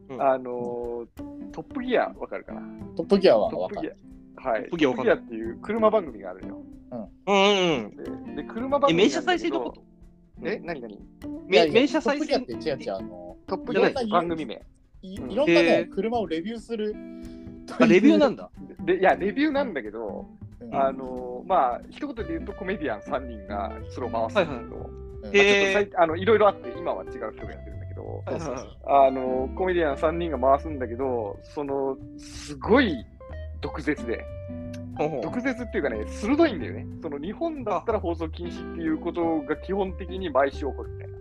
Speaker 1: うん
Speaker 2: あのトップギアわかるかな
Speaker 3: トップギアは
Speaker 2: ト
Speaker 3: わ
Speaker 2: ッ
Speaker 3: か
Speaker 2: プギ
Speaker 3: る。
Speaker 2: ア。はい。
Speaker 1: トップギア
Speaker 2: ト
Speaker 1: わ
Speaker 2: ッ
Speaker 1: かんな
Speaker 2: プギア
Speaker 1: い
Speaker 2: っていう車番組があるよ。
Speaker 1: うんうん。
Speaker 2: で、で車番
Speaker 1: え、
Speaker 2: 組。
Speaker 1: 名車再生のこと
Speaker 2: え、何何
Speaker 3: いや
Speaker 1: め
Speaker 3: いや
Speaker 1: 名車再
Speaker 3: トッ
Speaker 1: 生
Speaker 3: プギアって違う違う、あの、
Speaker 2: トップギアの番組名。
Speaker 3: いい
Speaker 2: うん
Speaker 3: ろんな
Speaker 1: へ
Speaker 3: ね
Speaker 1: ー、
Speaker 3: 車をレビューする。
Speaker 1: あレビューなんだ。
Speaker 2: で、いや、レビューなんだけど、
Speaker 3: うん
Speaker 2: あの、まあ、一言で言うとコメディアン3人がそれを回すんだけど、
Speaker 3: うん
Speaker 1: へー
Speaker 2: まあちょっとさいあのいろいろあって、今は違う人がやってるんだけど、
Speaker 3: そうそうそう
Speaker 2: あの、コメディアン3人が回すんだけど、その、すごい毒舌で。
Speaker 1: ほうほう
Speaker 2: 毒舌っていうかね、鋭いんだよね。その日本だったら放送禁止っていうことが基本的に毎週起こるみたいな。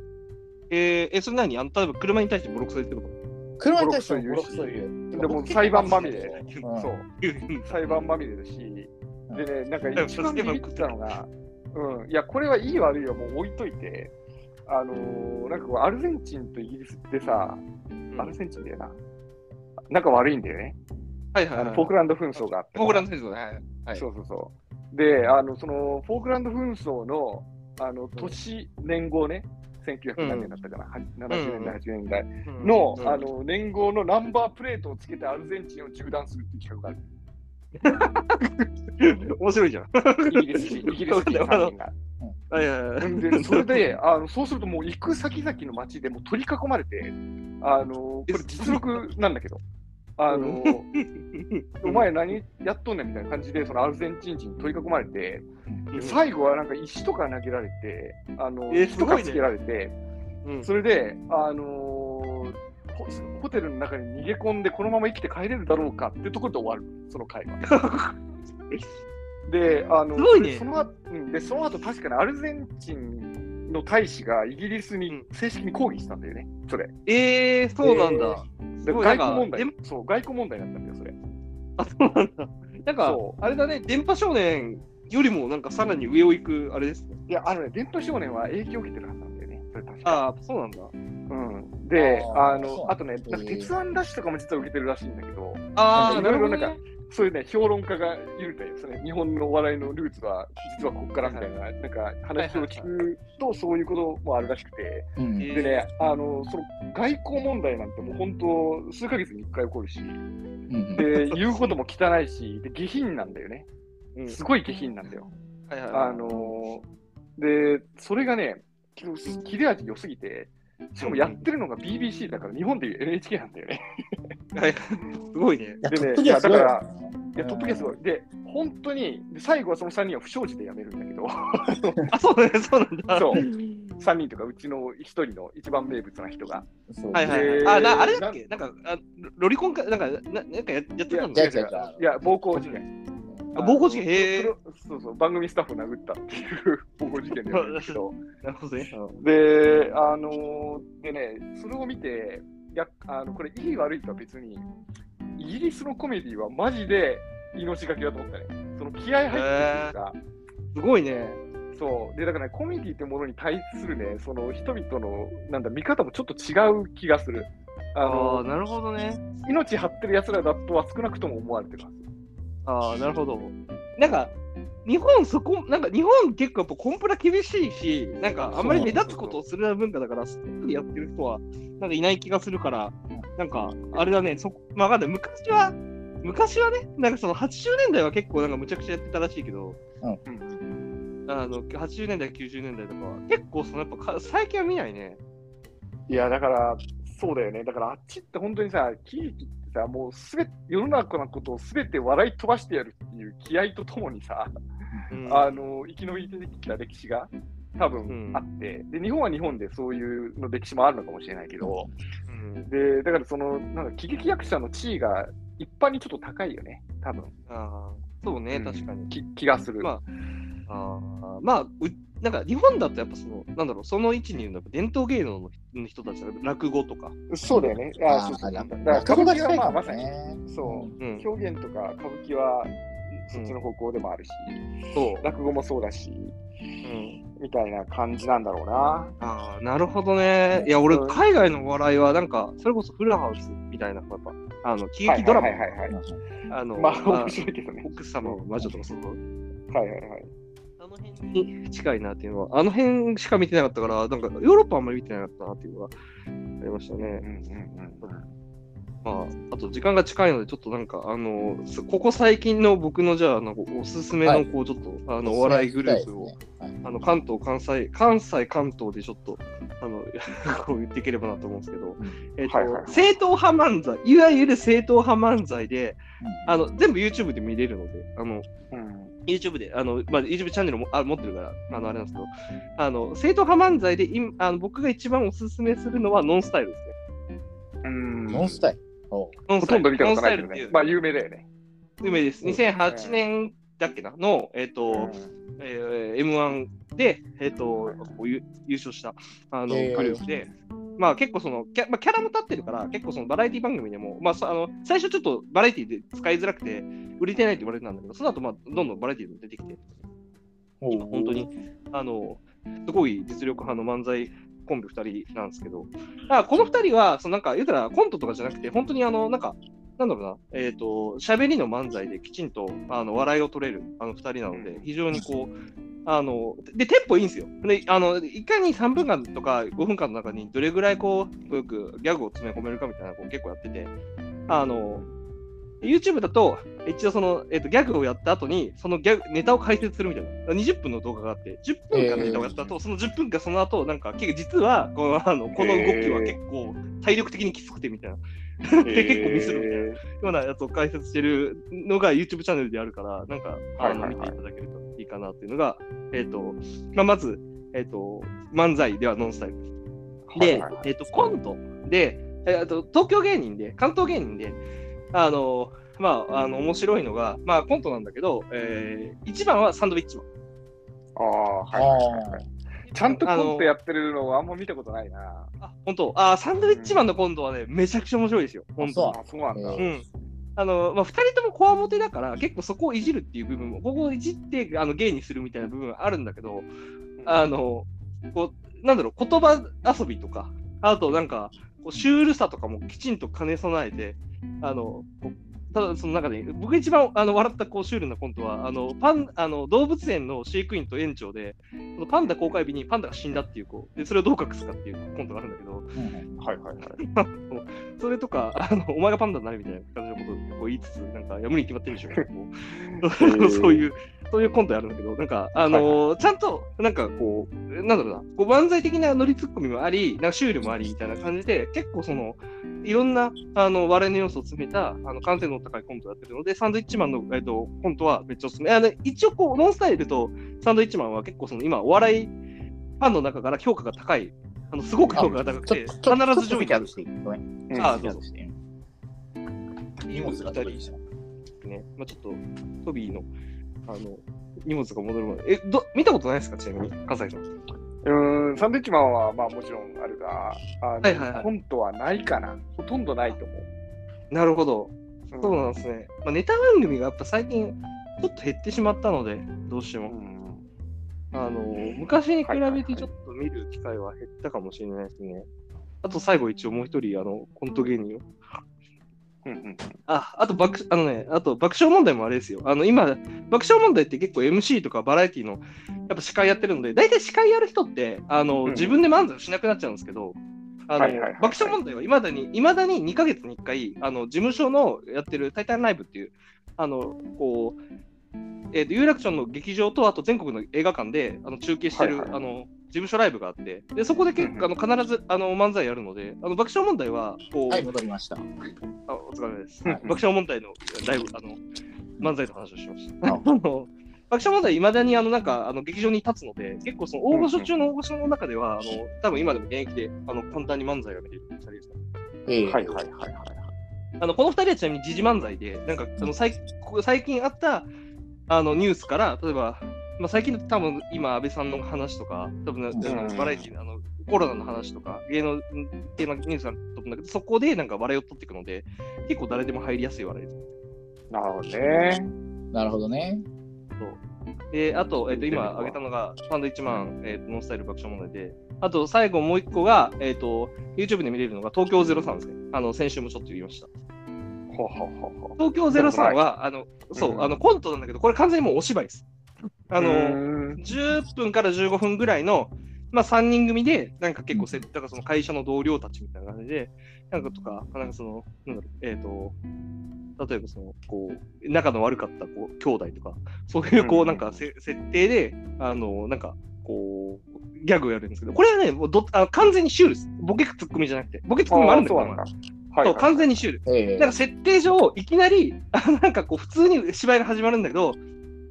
Speaker 1: えー、え、それ何あの、例えば車に対してボロクソ言ってること
Speaker 3: 車に対してもボ
Speaker 2: ボ
Speaker 3: ロ
Speaker 2: ロ
Speaker 3: ク
Speaker 2: ク
Speaker 3: ソ
Speaker 2: ソ
Speaker 3: 言う。
Speaker 2: でも裁判まみれ
Speaker 3: うん
Speaker 2: そう。裁判まみれだし、でね、なんか一番ビビったのが、うん、いや、これはいい悪いはもう置いといて、あのーなんかこうアルゼンチンとイギリスってさ、
Speaker 1: うん
Speaker 2: アルゼンチンだよな。仲悪いんだよね。
Speaker 1: はいはい
Speaker 2: あ
Speaker 1: はい、
Speaker 2: のフォークランド紛争があって。
Speaker 1: フォークランド戦争ねはいはい
Speaker 2: そうそうそう。で、あの、その、フォークランド紛争の、あの、年、年号ね、1900何年だったかな、は70年代、80年代
Speaker 1: うん
Speaker 2: の、
Speaker 1: うん
Speaker 2: あの、年号のナンバープレートをつけてアルゼンチンを縦断するっていう企画がある。
Speaker 1: 面白いじゃん。
Speaker 2: イギリス 人、イギリス人3人が。
Speaker 1: はいはいはい
Speaker 2: でそれであの、そうするともう行く先々の街でもう取り囲まれて、あのこれ実力なんだけど、あのお前何やっとんねんみたいな感じで、そのアルゼンチン人に取り囲まれて、
Speaker 1: うん
Speaker 2: 最後はなんか石とか投げられて、あの
Speaker 1: えー
Speaker 2: 石とかつけられて、
Speaker 1: うん
Speaker 2: それで、あのホホテルの中に逃げ込んで、このまま生きて帰れるだろうかってところで終わる、その 会話。で、あの、
Speaker 1: すごいね
Speaker 2: その後、うんで、その後確かにアルゼンチンの大使がイギリスに正式に抗議したんだよね、それ。
Speaker 1: えー、そうなんだ。
Speaker 2: で
Speaker 1: すごい
Speaker 2: 外交問
Speaker 1: な
Speaker 2: 題
Speaker 1: んか、
Speaker 2: そう、外交問題だったんだよ、それ。
Speaker 1: あ、そうなんだ。なんか
Speaker 2: そ、
Speaker 1: あれだね、電波少年よりも、なんかさらに上を行く、あれですね。
Speaker 2: いや、あのね、電波少年は影響を受けてるはずなんだよね、それ確か。
Speaker 1: ああ、そうなんだ。
Speaker 2: うん、で、
Speaker 3: あー
Speaker 2: あ
Speaker 3: そ
Speaker 2: の、
Speaker 3: うなんだ
Speaker 2: あとね、なんか鉄腕ダッシュとかも実は受けてるらしいんだけど、
Speaker 1: ああ、
Speaker 2: なんかいろいろ
Speaker 1: なるほどね
Speaker 2: なんそういうね、評論家がいるんだよ、それ日本のお笑いのルーツは、実はここからみたいな、なんか話を聞くと、そういうこともあるらしくて。
Speaker 3: うん
Speaker 1: えー
Speaker 2: でね、あのその外交問題なんてもう本当、数ヶ月に1回起こるし、
Speaker 3: う ん
Speaker 2: で言うことも汚いし、で下品なんだよね、
Speaker 1: うん
Speaker 2: すごい下品なんだよ。
Speaker 1: はいはいはい
Speaker 2: あので、それがね、き切れ味良すぎて、しかもやってるのが BBC だから、日本でいう NHK なんだよね。
Speaker 1: はい すごいね。
Speaker 3: いや
Speaker 2: でね
Speaker 3: トップギアすごいよ
Speaker 2: いやだか
Speaker 3: ね
Speaker 2: いや、トップゲスは、で、本当に、で最後はその3人は不祥事で辞めるんだけど、
Speaker 1: あ、そうだね、そうなん だ。
Speaker 2: そう、3人とか、うちの1人の一番名物な人が、
Speaker 3: そう
Speaker 1: はいはいはい。
Speaker 2: で
Speaker 1: あ、なあれだっけなんかあ、ロロリコンか、なんか、ななんかややってたん
Speaker 3: い
Speaker 1: だ
Speaker 3: や違う違う
Speaker 2: いや、暴行事件。
Speaker 1: あ暴行事件
Speaker 2: あの
Speaker 1: へー
Speaker 2: プロそうそう、番組スタッフを殴ったっていう暴行事件だったんですけど。
Speaker 1: なるほどね。
Speaker 2: で、あのーでね、それを見て、いやあのこれ、いい悪いとは別に、イギリスのコメディはマジで命がけだと思ったね。その気合入ってるっていうか、
Speaker 1: すごいね。
Speaker 2: そう。で、だからね、コメディってものに対するね、その人々の、なんだ、見方もちょっと違う気がする。あ
Speaker 1: ああ、
Speaker 2: の、
Speaker 1: なるほどね。
Speaker 2: 命張ってる奴らだとは少なくとも思われてるはず。
Speaker 1: ああ、なるほど。なんか、日本そこ、なんか日本結構やっぱコンプラ厳しいし、なんかあんまり目立つことをする文化だから、すっやってる人は、なんかいない気がするから、なんか、あれだね、そこ、まあわかんない。昔は、昔はね、なんかその80年代は結構なんかむちゃくちゃやってたらしいけど、
Speaker 3: うん
Speaker 1: あの80年代、90年代とかは、結構そのやっぱか最近は見ないね。
Speaker 2: いや、だから、そうだよね。だから、あっちって本当にさ、喜劇ってさ、もうすべ世の中のことをすべて笑い飛ばしてやるっていう気合とともにさ、
Speaker 1: うん
Speaker 2: あの、生き延びてきた歴史が多分
Speaker 1: うん
Speaker 2: あって、で、日本は日本でそういうの歴史もあるのかもしれないけど、
Speaker 1: うん
Speaker 2: で、だからその、なんか喜劇役者の地位が一般にちょっと高いよね、多分。
Speaker 1: ああそうね、
Speaker 2: うん
Speaker 1: 確かに。
Speaker 2: き気がする。
Speaker 1: まああまあうなんか日本だとやっぱそのなんだろうその位置にいるのは伝統芸能の人の人たちだから落語とか、
Speaker 2: そうだよね。あそうそう。だから歌舞
Speaker 3: 落語が
Speaker 2: 伎
Speaker 3: 近
Speaker 2: はいまあ
Speaker 3: か
Speaker 2: ま
Speaker 3: ら
Speaker 2: さに、
Speaker 3: ね。
Speaker 2: そ
Speaker 1: う
Speaker 2: うう、
Speaker 1: ん、
Speaker 2: 表現とか歌舞伎はそっちの方向でもあるし、
Speaker 1: そう、
Speaker 2: 落語もそうだし、
Speaker 1: うん、
Speaker 2: みたいな感じなんだろうな。
Speaker 1: ああなるほどねいや俺海外のお笑いはなんかそれこそフルハウスみたいなやっぱあの喜劇ドラマ
Speaker 2: はいはいはい、は
Speaker 1: あの、
Speaker 2: い。まあ、
Speaker 1: まあ
Speaker 2: 面白いけどね。
Speaker 1: 奥様は魔女とかその
Speaker 2: はいはいはい。
Speaker 1: あの辺に近いなっていうのはあの辺しか見てなかったからなんかヨーロッパあんまり見てなかったなっていうのがありましたね、
Speaker 2: うんうん
Speaker 1: まあ、あと時間が近いので、ちょっとなんか、あのすここ最近の僕の、じゃあ、なんかおすすめ
Speaker 3: は
Speaker 1: の、
Speaker 3: い
Speaker 1: こう、ちょっと、あの、お笑いグループを、
Speaker 3: はい。
Speaker 1: あの、関東、関西、関西、関東でちょっと、あの、 こう言っていければなと思うんですけど、えっ、と、
Speaker 2: はいはいはい
Speaker 1: 正統派漫才、いわゆる正統派漫才で、
Speaker 3: うん
Speaker 1: あの、全部 YouTube で見れるので、あの、
Speaker 2: うんうん。
Speaker 1: YouTube で、あの、まあ、YouTube チャンネルもあ持ってるから、あの、あれなんですけど、あの、正統派漫才で、今あの僕が一番おすすめするのは、ノンスタイルですね。
Speaker 2: うん
Speaker 3: ノンスタイル。おう
Speaker 1: ノン
Speaker 2: ほ
Speaker 1: スタ
Speaker 2: と
Speaker 1: イル
Speaker 2: んど見たことないけど
Speaker 1: ノンスタイルってい
Speaker 2: ね
Speaker 1: う。
Speaker 2: まあ、有名だよね。
Speaker 1: 夢です。
Speaker 2: うん
Speaker 1: 2008年だっけなの、えっ、と、えー M1 で、えっ、と、こうゆ優勝した、あの、
Speaker 3: えー
Speaker 1: グループで、まあ結構そのキャ,、まあ、キャラも立ってるから、結構そのバラエティ番組でも、まあそあの、最初ちょっとバラエティで使いづらくて、売れてないって言われてたんだけど、その後、まあ、どんどんバラエティでも出てきて、今本当に。あのすごい実力派の漫才コンビ2人なんですけど、あこの2人はそのなんか言うたらコントとかじゃなくて、本当にあのなんか、なんだろうな、えっ、と、喋りの漫才できちんとあの笑いを取れるあの2人なの
Speaker 2: う
Speaker 1: で、非常にこう、あので、テンポいいんですよ。で、あのいかに3分間とか5分間の中にどれぐらいこう、よくギャグを詰め込めるかみたいなのを結構やってて、あの、YouTube だと、一応その、えっとギャグをやった後に、そのギャグネタを解説するみたいな、20分の動画があって、10分間のネタをやった後、その10分間その後、なんか、結構実はこのあの、この動きは結構体力的にきつくてみたいな、で結構ミスるみたいな
Speaker 2: み
Speaker 1: ようなやつを解説してるのが YouTube チャンネルであるから、なんか、あの
Speaker 2: はいはいはい
Speaker 1: 見ていただけるといいかなっていうのが、えっ、と、まあ、まず、えっ、と、漫才ではノンスタイルです。で、えっ、と、コントで、えーあと東京芸人で、関東芸人で、あの、まあ、あの、面白いのが、まあ、コントなんだけど、えー、一番はサンドウィッチマン。
Speaker 2: ああ、はいはいはい。ちゃんとコントやってるのはあんま見たことないな。
Speaker 1: あのあ、本当あー、サンドウィッチマンのコントはね、めちゃくちゃ面白いですよ。本当
Speaker 3: あ
Speaker 2: あそうなんだ。
Speaker 3: え
Speaker 1: う
Speaker 3: ー
Speaker 1: ん。あの、まあ、2人ともコアモテだから、結構そこをいじるっていう部分も、ここをいじって、あの、芸にするみたいな部分はあるんだけど、あの、こう、なんだろう、言葉遊びとか、あとなんか、こうシュールさとかもきちんと兼ね備えて、あの、こうただその中で、僕が一番あの笑ったこうシュールなコントは、あのパンあの動物園の飼育員と園長で、そのパンダ公開日にパンダが死んだっていう、こうでそれをどう隠すかっていうコントがあるんだけど、
Speaker 3: うん
Speaker 2: はいはいはい。
Speaker 1: それとか、 あのお前がパンダになるみたいな感じのことをこう言いつつ、なんか、やむに決まってるでしょ、こう
Speaker 2: ー
Speaker 1: そう いう、そういうコントやるんだけど、なんか、あのーちゃんと、なんかこう、なんだろうな、こう漫才的なノリツッコミもあり、なんかシュールもありみたいな感じで、結構その、いろんなあの笑いの要素を詰めたあの完成度の高いコントをやってるので、サンドイッチマンの、えっと、コントはめっちゃおすすめ。あの一応こう、ノンスタイルとサンドイッチマンは結構その今、お笑いファンの中から評価が高い、あのすごく評価が高く
Speaker 3: ちょ
Speaker 1: て、
Speaker 3: ちょ
Speaker 1: 必
Speaker 3: ちょっと
Speaker 1: ず上位に
Speaker 3: ギ
Speaker 1: あ
Speaker 3: ャ
Speaker 1: る
Speaker 3: グ。していいごめん。
Speaker 1: あそう
Speaker 3: ギャ
Speaker 1: そ
Speaker 3: グして。荷物が取りにした。
Speaker 1: ね、まあ、ちょっとトビーのあの荷物が戻るまで。えど、見たことないですか、ちなみに、葛西さん。
Speaker 2: うーん、サンドイッチマンは、まあ、もちろんあるが、あの
Speaker 1: はいはいはい
Speaker 2: コントはないかな。ほとんどないと思う。
Speaker 1: なるほど、
Speaker 2: うん
Speaker 1: そうなんですね。まあ、ネタ番組がやっぱ最近、ちょっと減ってしまったので、どうして
Speaker 2: う
Speaker 1: も。
Speaker 2: ん
Speaker 1: あの、昔に比べてちょっと見る機会は減ったかもしれないですね。あと最後一応もう一人、あの、コント芸人を。
Speaker 2: うんうん
Speaker 1: あ、あと爆、あのね、あと爆笑問題もあれですよ。あの、今、爆笑問題って結構 MC とかバラエティの、やっぱ司会やってるので、大体司会やる人って、あの、
Speaker 2: うん
Speaker 1: 自分で漫才をしなくなっちゃうんですけど、あの、
Speaker 2: はいはいはいはい
Speaker 1: 爆笑問題はいまだに、いまだに2ヶ月に1回、あの、事務所のやってるタイタンライブっていう、あの、こう、えっ、と、有楽町の劇場と、あと全国の映画館で、あの、中継してる、
Speaker 2: はいはい
Speaker 1: あの、事務所ライブがあって、で、そこで結構、あの、必ず、あの、漫才やるので、あの、爆笑問題は、こう、
Speaker 3: はい、戻りました。
Speaker 1: あお疲れ様です。
Speaker 2: はい
Speaker 1: 爆笑問題のライブ、あの、漫才の話をしました。あ
Speaker 3: あ
Speaker 1: の爆笑問題、いまだにあのなんかあの劇場に立つので、結構その大御所中の大御所の中では、あの多分今でも現役であの簡単に漫才が見れる二人ですね。
Speaker 3: ええ
Speaker 2: はいはいはいはい。
Speaker 1: あのこの二人はちなみに時事漫才で、なんかあの最ここ最近あったあのニュースから、例えば、まあ、最近だと多分今、安倍さんの話とか、多分、
Speaker 2: ん
Speaker 1: バラエティあのコロナの話とか、芸能系のニュースだと思うんだけど、そこでなんか笑いを取っていくので、結構誰でも入りやすい笑いです。
Speaker 2: なるほどね。
Speaker 3: なるほどね。
Speaker 1: で、あと、えっ、と、今挙げたのが、サンドイッチマン、えーとノンスタイル爆笑問題で、あと、最後もう一個が、えっ、と、YouTube で見れるのが、東京03ですね。あの、先週もちょっと言いました。
Speaker 2: ほうほうほうほう。
Speaker 1: 東京03は、あの、そう、
Speaker 2: うん
Speaker 1: あの、コントなんだけど、これ完全にもうお芝居です。あの、
Speaker 2: うーん
Speaker 1: 10分から15分ぐらいの、まあ、3人組で、なんか結構せ、だからその会社の同僚たちみたいな感じで、なんかとか、なんかその、なんだろう、えっ、と、例えばその、こう、仲の悪かったこう兄弟とか、そういう、こ
Speaker 2: う
Speaker 1: う、
Speaker 2: ん
Speaker 1: なんかせ、設定で、あの、なんか、こう、ギャグをやるんですけど、これはね、もうどあ完全にシュールです。ボケツッコミじゃなくて、ボケツッコミもあるんだけど、
Speaker 2: あーそうなんだ
Speaker 1: まあ
Speaker 2: はい
Speaker 1: そう完全
Speaker 2: に。
Speaker 1: にシュール。
Speaker 3: ええ
Speaker 1: なんか設定上、いきなり、あなんかこう、普通に芝居が始まるんだけど、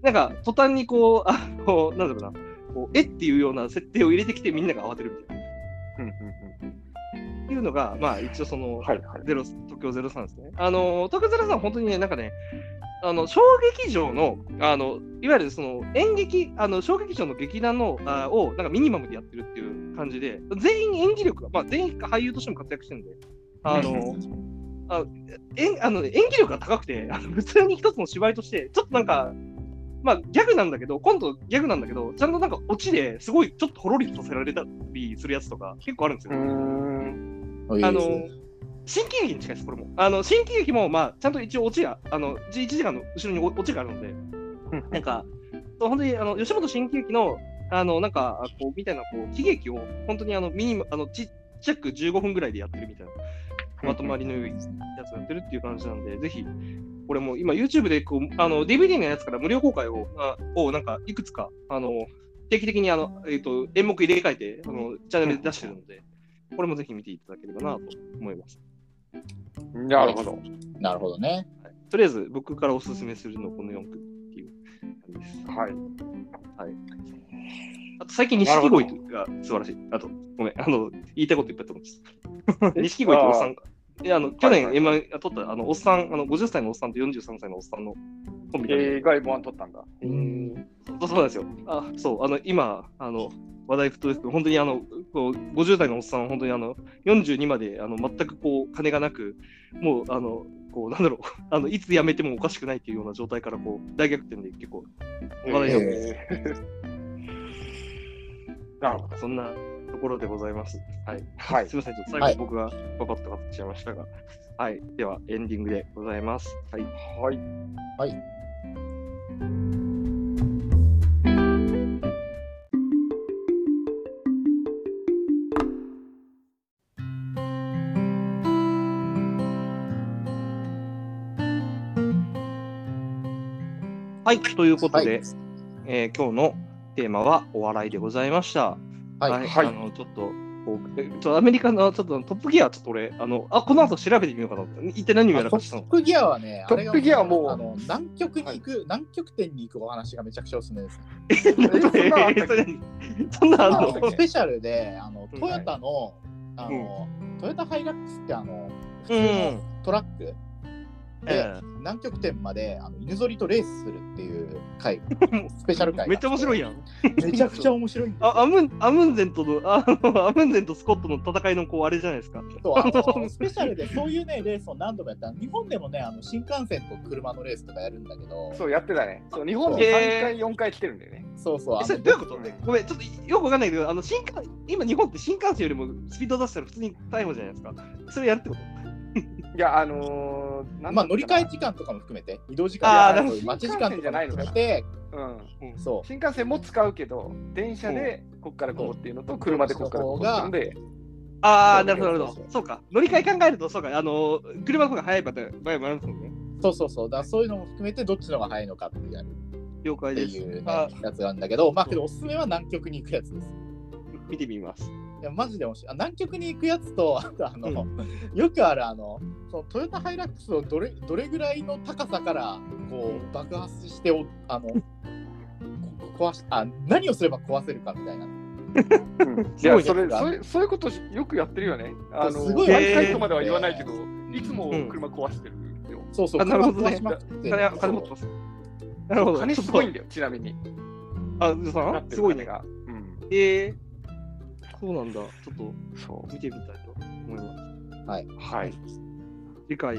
Speaker 1: なんか途端にこう、あの、なんだろうな、こうえっていうような設定を入れてきてみんなが慌てるみたいな。
Speaker 2: うんうんうん
Speaker 1: っていうのが、まあ一応その、
Speaker 2: はいはい。
Speaker 1: ゼロ東京03ですね。あの、東京03本当にね、なんかね、あの、小劇場の、あの、いわゆるその演劇、あの、小劇場の劇団の、あを、なんかミニマムでやってるっていう感じで、全員演技力が、まあ全員俳優としても活躍してるんで、あの、演あの演技力が高くて、あの普通に一つの芝居として、ちょっとなんか、まあ、ギャグなんだけど、今度ギャグなんだけど、ちゃんとなんかオチですごいちょっとほろりとさせられたりするやつとか、結構あるんです
Speaker 2: うー
Speaker 1: よ。
Speaker 2: ん。
Speaker 3: いい
Speaker 1: あ
Speaker 3: です
Speaker 1: の
Speaker 3: ね
Speaker 1: 新喜劇に近いです、これも。あの新喜劇も、まあ、ちゃんと一応オチが、あの1時間の後ろにオオチがあるので、なんか、そう本当にあの吉本新喜劇の、あのなんか、こうみたいなこう喜劇を、本当にあのミニマあのちっちゃく15分ぐらいでやってるみたいな、まとまりの良いやつをやってるっていう感じなんで、ぜひ、これも今、YouTube でこうあの DVD のやつから無料公開を、あをなんかいくつか、あの定期的にあの、えー、と演目入れ替えてあの、チャンネルで出してるので、これもぜひ見ていただければなと思います。
Speaker 2: なるほど。
Speaker 3: なるほどね。
Speaker 1: はいとりあえず僕からおすすめするのはこの4句っていう感じです。
Speaker 2: はい。
Speaker 1: あと最近錦鯉が素晴らしい。あと、ごめん、あの、言いたいこといっぱいと思いました。錦鯉っておっさんが。いや、あの、去年
Speaker 2: はい
Speaker 1: M1 が撮った、あの、おっさん、あの、50歳のおっさんと43歳のおっさんのコンビで、
Speaker 2: えー、外部ン取ったんだ。
Speaker 1: うんそうそうなんですよ。あ、そう、あの、今、あの、話題沸騰ですけど、本当にあの、こう50代のおっさんは本当にあの、42まで、あの、全くこう、金がなく、もう、あの、こう、なんだろう、あの、いつ辞めてもおかしくないっていうような状態から、こう、大逆転で結構、話題
Speaker 3: になって
Speaker 2: えーなるほど。
Speaker 1: そんなところでございます。はい。
Speaker 2: はい
Speaker 1: す。みません、ちょっと
Speaker 3: は
Speaker 1: 最
Speaker 3: い
Speaker 1: 後僕がパパッと語ってしまいましたが、はい、ではエンディングでございます。はい。
Speaker 2: はい。
Speaker 1: はい、ということで、
Speaker 3: はい
Speaker 1: えー今日のテーマはお笑いでございました。
Speaker 3: はい。
Speaker 2: はい
Speaker 1: あの、ちょっと、こうえちょっとアメリカのちょっとトップギア、ちょっと俺、あの、あ、この後調べてみようかなと。一体何をや
Speaker 3: あ
Speaker 1: ら
Speaker 3: ト
Speaker 1: かした
Speaker 3: ッ
Speaker 1: の
Speaker 3: プギアはね、
Speaker 2: トップギアはもう
Speaker 3: あれがあの南極に行く、南極点に行くお話がめちゃくちゃおすすめです。
Speaker 1: そんなのあ
Speaker 2: そんなのあったっけ
Speaker 1: ん
Speaker 3: あ
Speaker 1: の
Speaker 2: あったっ
Speaker 3: のスペシャルであの
Speaker 1: うん
Speaker 3: トヨタの,、あのトヨタハイラックスってあの
Speaker 1: う
Speaker 3: 普通の
Speaker 1: ん。
Speaker 3: トラックで
Speaker 1: え
Speaker 3: 南極点まであの犬ぞりとレースするっていう 回スペシャル回
Speaker 1: めっちゃ面白い
Speaker 3: い
Speaker 1: やん。
Speaker 3: めちゃくちゃ 面白いんですよ
Speaker 1: あアムンアムンゼンとのあのアムンゼンとスコットの戦いのこうあれじゃないですか。
Speaker 3: そうあのスペシャルでそういうねレースを何度もやった日本でもねあの新幹線と車のレースとかやるんだけど
Speaker 2: そう、やってたね。そう、日本に
Speaker 1: へー
Speaker 2: 3回、4回来てるんだよね。
Speaker 3: そうそうあ
Speaker 1: えそれ
Speaker 3: の
Speaker 1: どういうこと
Speaker 2: うん
Speaker 1: ごめん、ちょっとよくわかんないけど、あの新幹今、日本って新幹線よりもスピード出したら普通に逮捕じゃないですか。それやるってこと
Speaker 2: いや、あのー、なん
Speaker 3: ま
Speaker 2: だ
Speaker 3: あ
Speaker 2: ったかな
Speaker 3: 乗り換え時間とかも含めて移動時
Speaker 1: あ
Speaker 3: 間
Speaker 1: ーなるほ
Speaker 3: とかそう
Speaker 1: ど
Speaker 3: いう待ち時間とかも含めて
Speaker 2: うん。
Speaker 3: そ
Speaker 2: 新幹線も使うけど、電車でこっからここっていうのと、車でこっからここっていうので、
Speaker 1: ああ、
Speaker 3: そ
Speaker 1: な
Speaker 3: う
Speaker 1: るほど、なるほ
Speaker 3: そう
Speaker 1: ど。そうか。乗り換え考えると、そうか。あの、車の方が早い場合もあるんですもんね。
Speaker 3: うそうそうそうだからそういうのも含めてどっちの方が早いのかってやる
Speaker 1: 了解
Speaker 3: って
Speaker 1: で
Speaker 3: い
Speaker 1: す。
Speaker 3: う、ね
Speaker 1: あ、
Speaker 3: やつなんだけどまあけどおすすめは南極に行くやつです
Speaker 1: 見てみます。
Speaker 3: いやマジで面白いあ南極に行くやつとあとあの、よくあるあのそのトヨタハイラックスをどれどれぐらいの高さからこう爆発しておあのこ壊しあ何をすれば壊せるかみたいな
Speaker 2: うんい
Speaker 1: すごい
Speaker 2: や
Speaker 1: ね
Speaker 2: それそういうそういうことしよくやってるよね。あの
Speaker 3: すごい
Speaker 2: ワン
Speaker 1: へー
Speaker 2: サイトまでは言わないけど、いつも車壊してるんですよ。
Speaker 3: そうそう
Speaker 1: あなるほどね
Speaker 3: 車壊しまくって
Speaker 1: 金は金持ってます。なるほど。
Speaker 2: 金すごいん
Speaker 1: ね。
Speaker 2: だよ、ちなみに。
Speaker 1: あ、う
Speaker 2: な
Speaker 1: さ
Speaker 2: って
Speaker 1: ん
Speaker 2: る
Speaker 1: すごい
Speaker 2: 金
Speaker 1: ね。
Speaker 2: が。うん。
Speaker 1: ええそうなんだ。ちょっと
Speaker 2: そ
Speaker 1: 見てみたいと思います。
Speaker 2: う。はい。
Speaker 1: 次回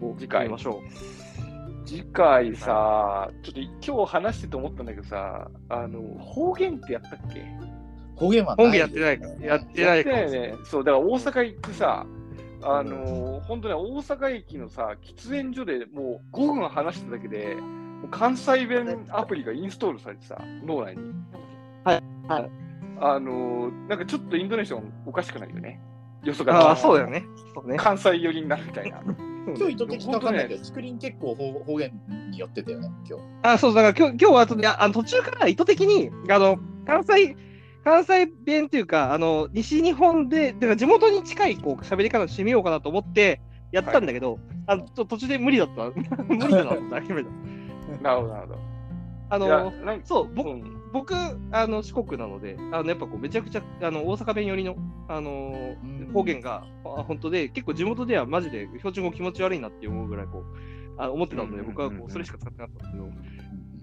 Speaker 1: を
Speaker 2: 次回
Speaker 1: 見ましょう。
Speaker 2: 次回さ、ちょっと今日話してて思ったんだけどさ、あの、方言ってやったっけ
Speaker 3: 方言は
Speaker 1: 本家やってないか。やってないかも
Speaker 2: やっ
Speaker 1: してれ
Speaker 2: ない
Speaker 1: ない
Speaker 2: よね。そう、だから大阪行ってさ、あのー、本当ね、大阪駅のさ、喫煙所でもう5分話しただけで、もう関西弁アプリがインストールされてさ、脳内に。
Speaker 1: はいはい。
Speaker 2: あのー、なんかちょっとインドネシアンおかしくなるよね。よそから。
Speaker 1: ああ、そうだよね。そうね。
Speaker 2: 関西寄りになるみたいな。
Speaker 3: 今日意図的かわかんないけど、竹林結構方方言に寄ってたよね、今日。
Speaker 1: あ、そう、だから今日今日はちょっといやあの途中から意図的に、あの、関西、関西弁というか、あの、西日本で、だから地元に近い、こう、喋り方をしてみようかなと思って、やったんだけど、あの、ちょっと途中で無理だった。 無理だなと思って諦めた。
Speaker 2: なるほど、なるほど。
Speaker 1: あ
Speaker 2: い
Speaker 1: の
Speaker 2: や、、なんか、
Speaker 1: そう、
Speaker 2: う
Speaker 1: 僕、
Speaker 2: ん
Speaker 1: 僕、あの、四国なので、あの、やっぱこう、めちゃくちゃ、あの、大阪弁寄りの、あの
Speaker 3: うん、
Speaker 1: 方言が、あ本当で、結構地元ではマジで標準語気持ち悪いなって思うぐらい、こう、あ思ってたので、
Speaker 2: うんうんうん
Speaker 1: 僕はこう、それしか使ってなかったんですけど、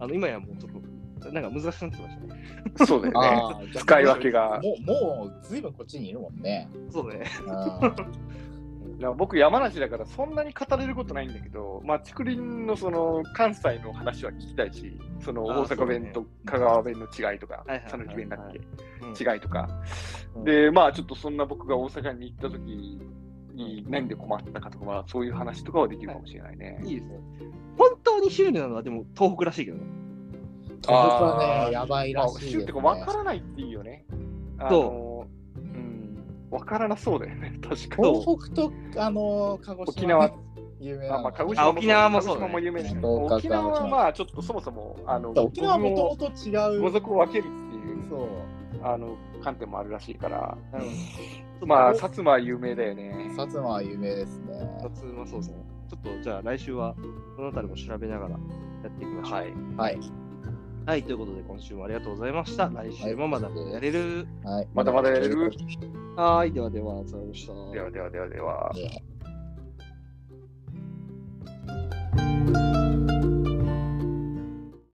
Speaker 1: あの今やもうちょっと、なんか難しくなってきましたね。
Speaker 2: そうだよね。
Speaker 3: あー
Speaker 2: 使い分けが
Speaker 3: もう、もう、ずいぶんこっちにいるもんね。
Speaker 1: そうね。
Speaker 3: うん
Speaker 2: だから僕、山梨だからそんなに語れることないんだけど、まあ、竹林のその関西の話は聞きたいし、その
Speaker 1: あー
Speaker 2: 大阪弁と香川弁の違いとか
Speaker 1: いはいはい、
Speaker 2: 佐野木弁だっけ、
Speaker 1: うん
Speaker 2: 違いとか
Speaker 1: う。ん
Speaker 2: で、まあ、ちょっとそんな僕が大阪に行った時に何で困ったかとか、まあ、そういう話とかはできるかもしれないね。
Speaker 1: いいですね。本当にシュールなのはでも東北らしいけどね。
Speaker 3: 東北は
Speaker 2: あー
Speaker 3: ね、やばい
Speaker 2: ま
Speaker 3: ら
Speaker 2: あ、
Speaker 3: しいです、
Speaker 2: シュ
Speaker 3: ね。
Speaker 2: ーってか分からないっていいよね。あのうん、分からなそうだよね、 確かに。
Speaker 3: 東北とあの鹿児島
Speaker 2: 沖縄
Speaker 3: 有名な
Speaker 2: あ
Speaker 3: の
Speaker 2: まあ、鹿児
Speaker 1: あ
Speaker 2: 島
Speaker 1: 沖縄もそう
Speaker 2: 鹿児島も有名だよね
Speaker 3: そうか
Speaker 2: 沖縄
Speaker 3: 鹿児
Speaker 2: は
Speaker 3: 島
Speaker 2: まあ、ちょっとそもそも、あの、
Speaker 3: 沖縄はも
Speaker 2: 僕
Speaker 3: ともと違う。
Speaker 2: 語族を分けるっていう
Speaker 3: そう。
Speaker 2: あの観点もあるらしいから、
Speaker 1: うん
Speaker 2: まあ、
Speaker 1: ちょっ
Speaker 2: 薩摩は有名だよね
Speaker 3: 薩。摩は有名ですね。
Speaker 1: と夏はそうですね。ちょっとじゃあ来週はそのあたりも調べながらやっていきましょう。
Speaker 2: は
Speaker 1: はい。
Speaker 2: い。
Speaker 3: はい。
Speaker 1: ということで今週もありがとうございました。来週もまだやれる。
Speaker 3: はい、
Speaker 2: まだまだやれる
Speaker 1: はい。ではでは、さようなら。
Speaker 2: ではではではでは。
Speaker 3: では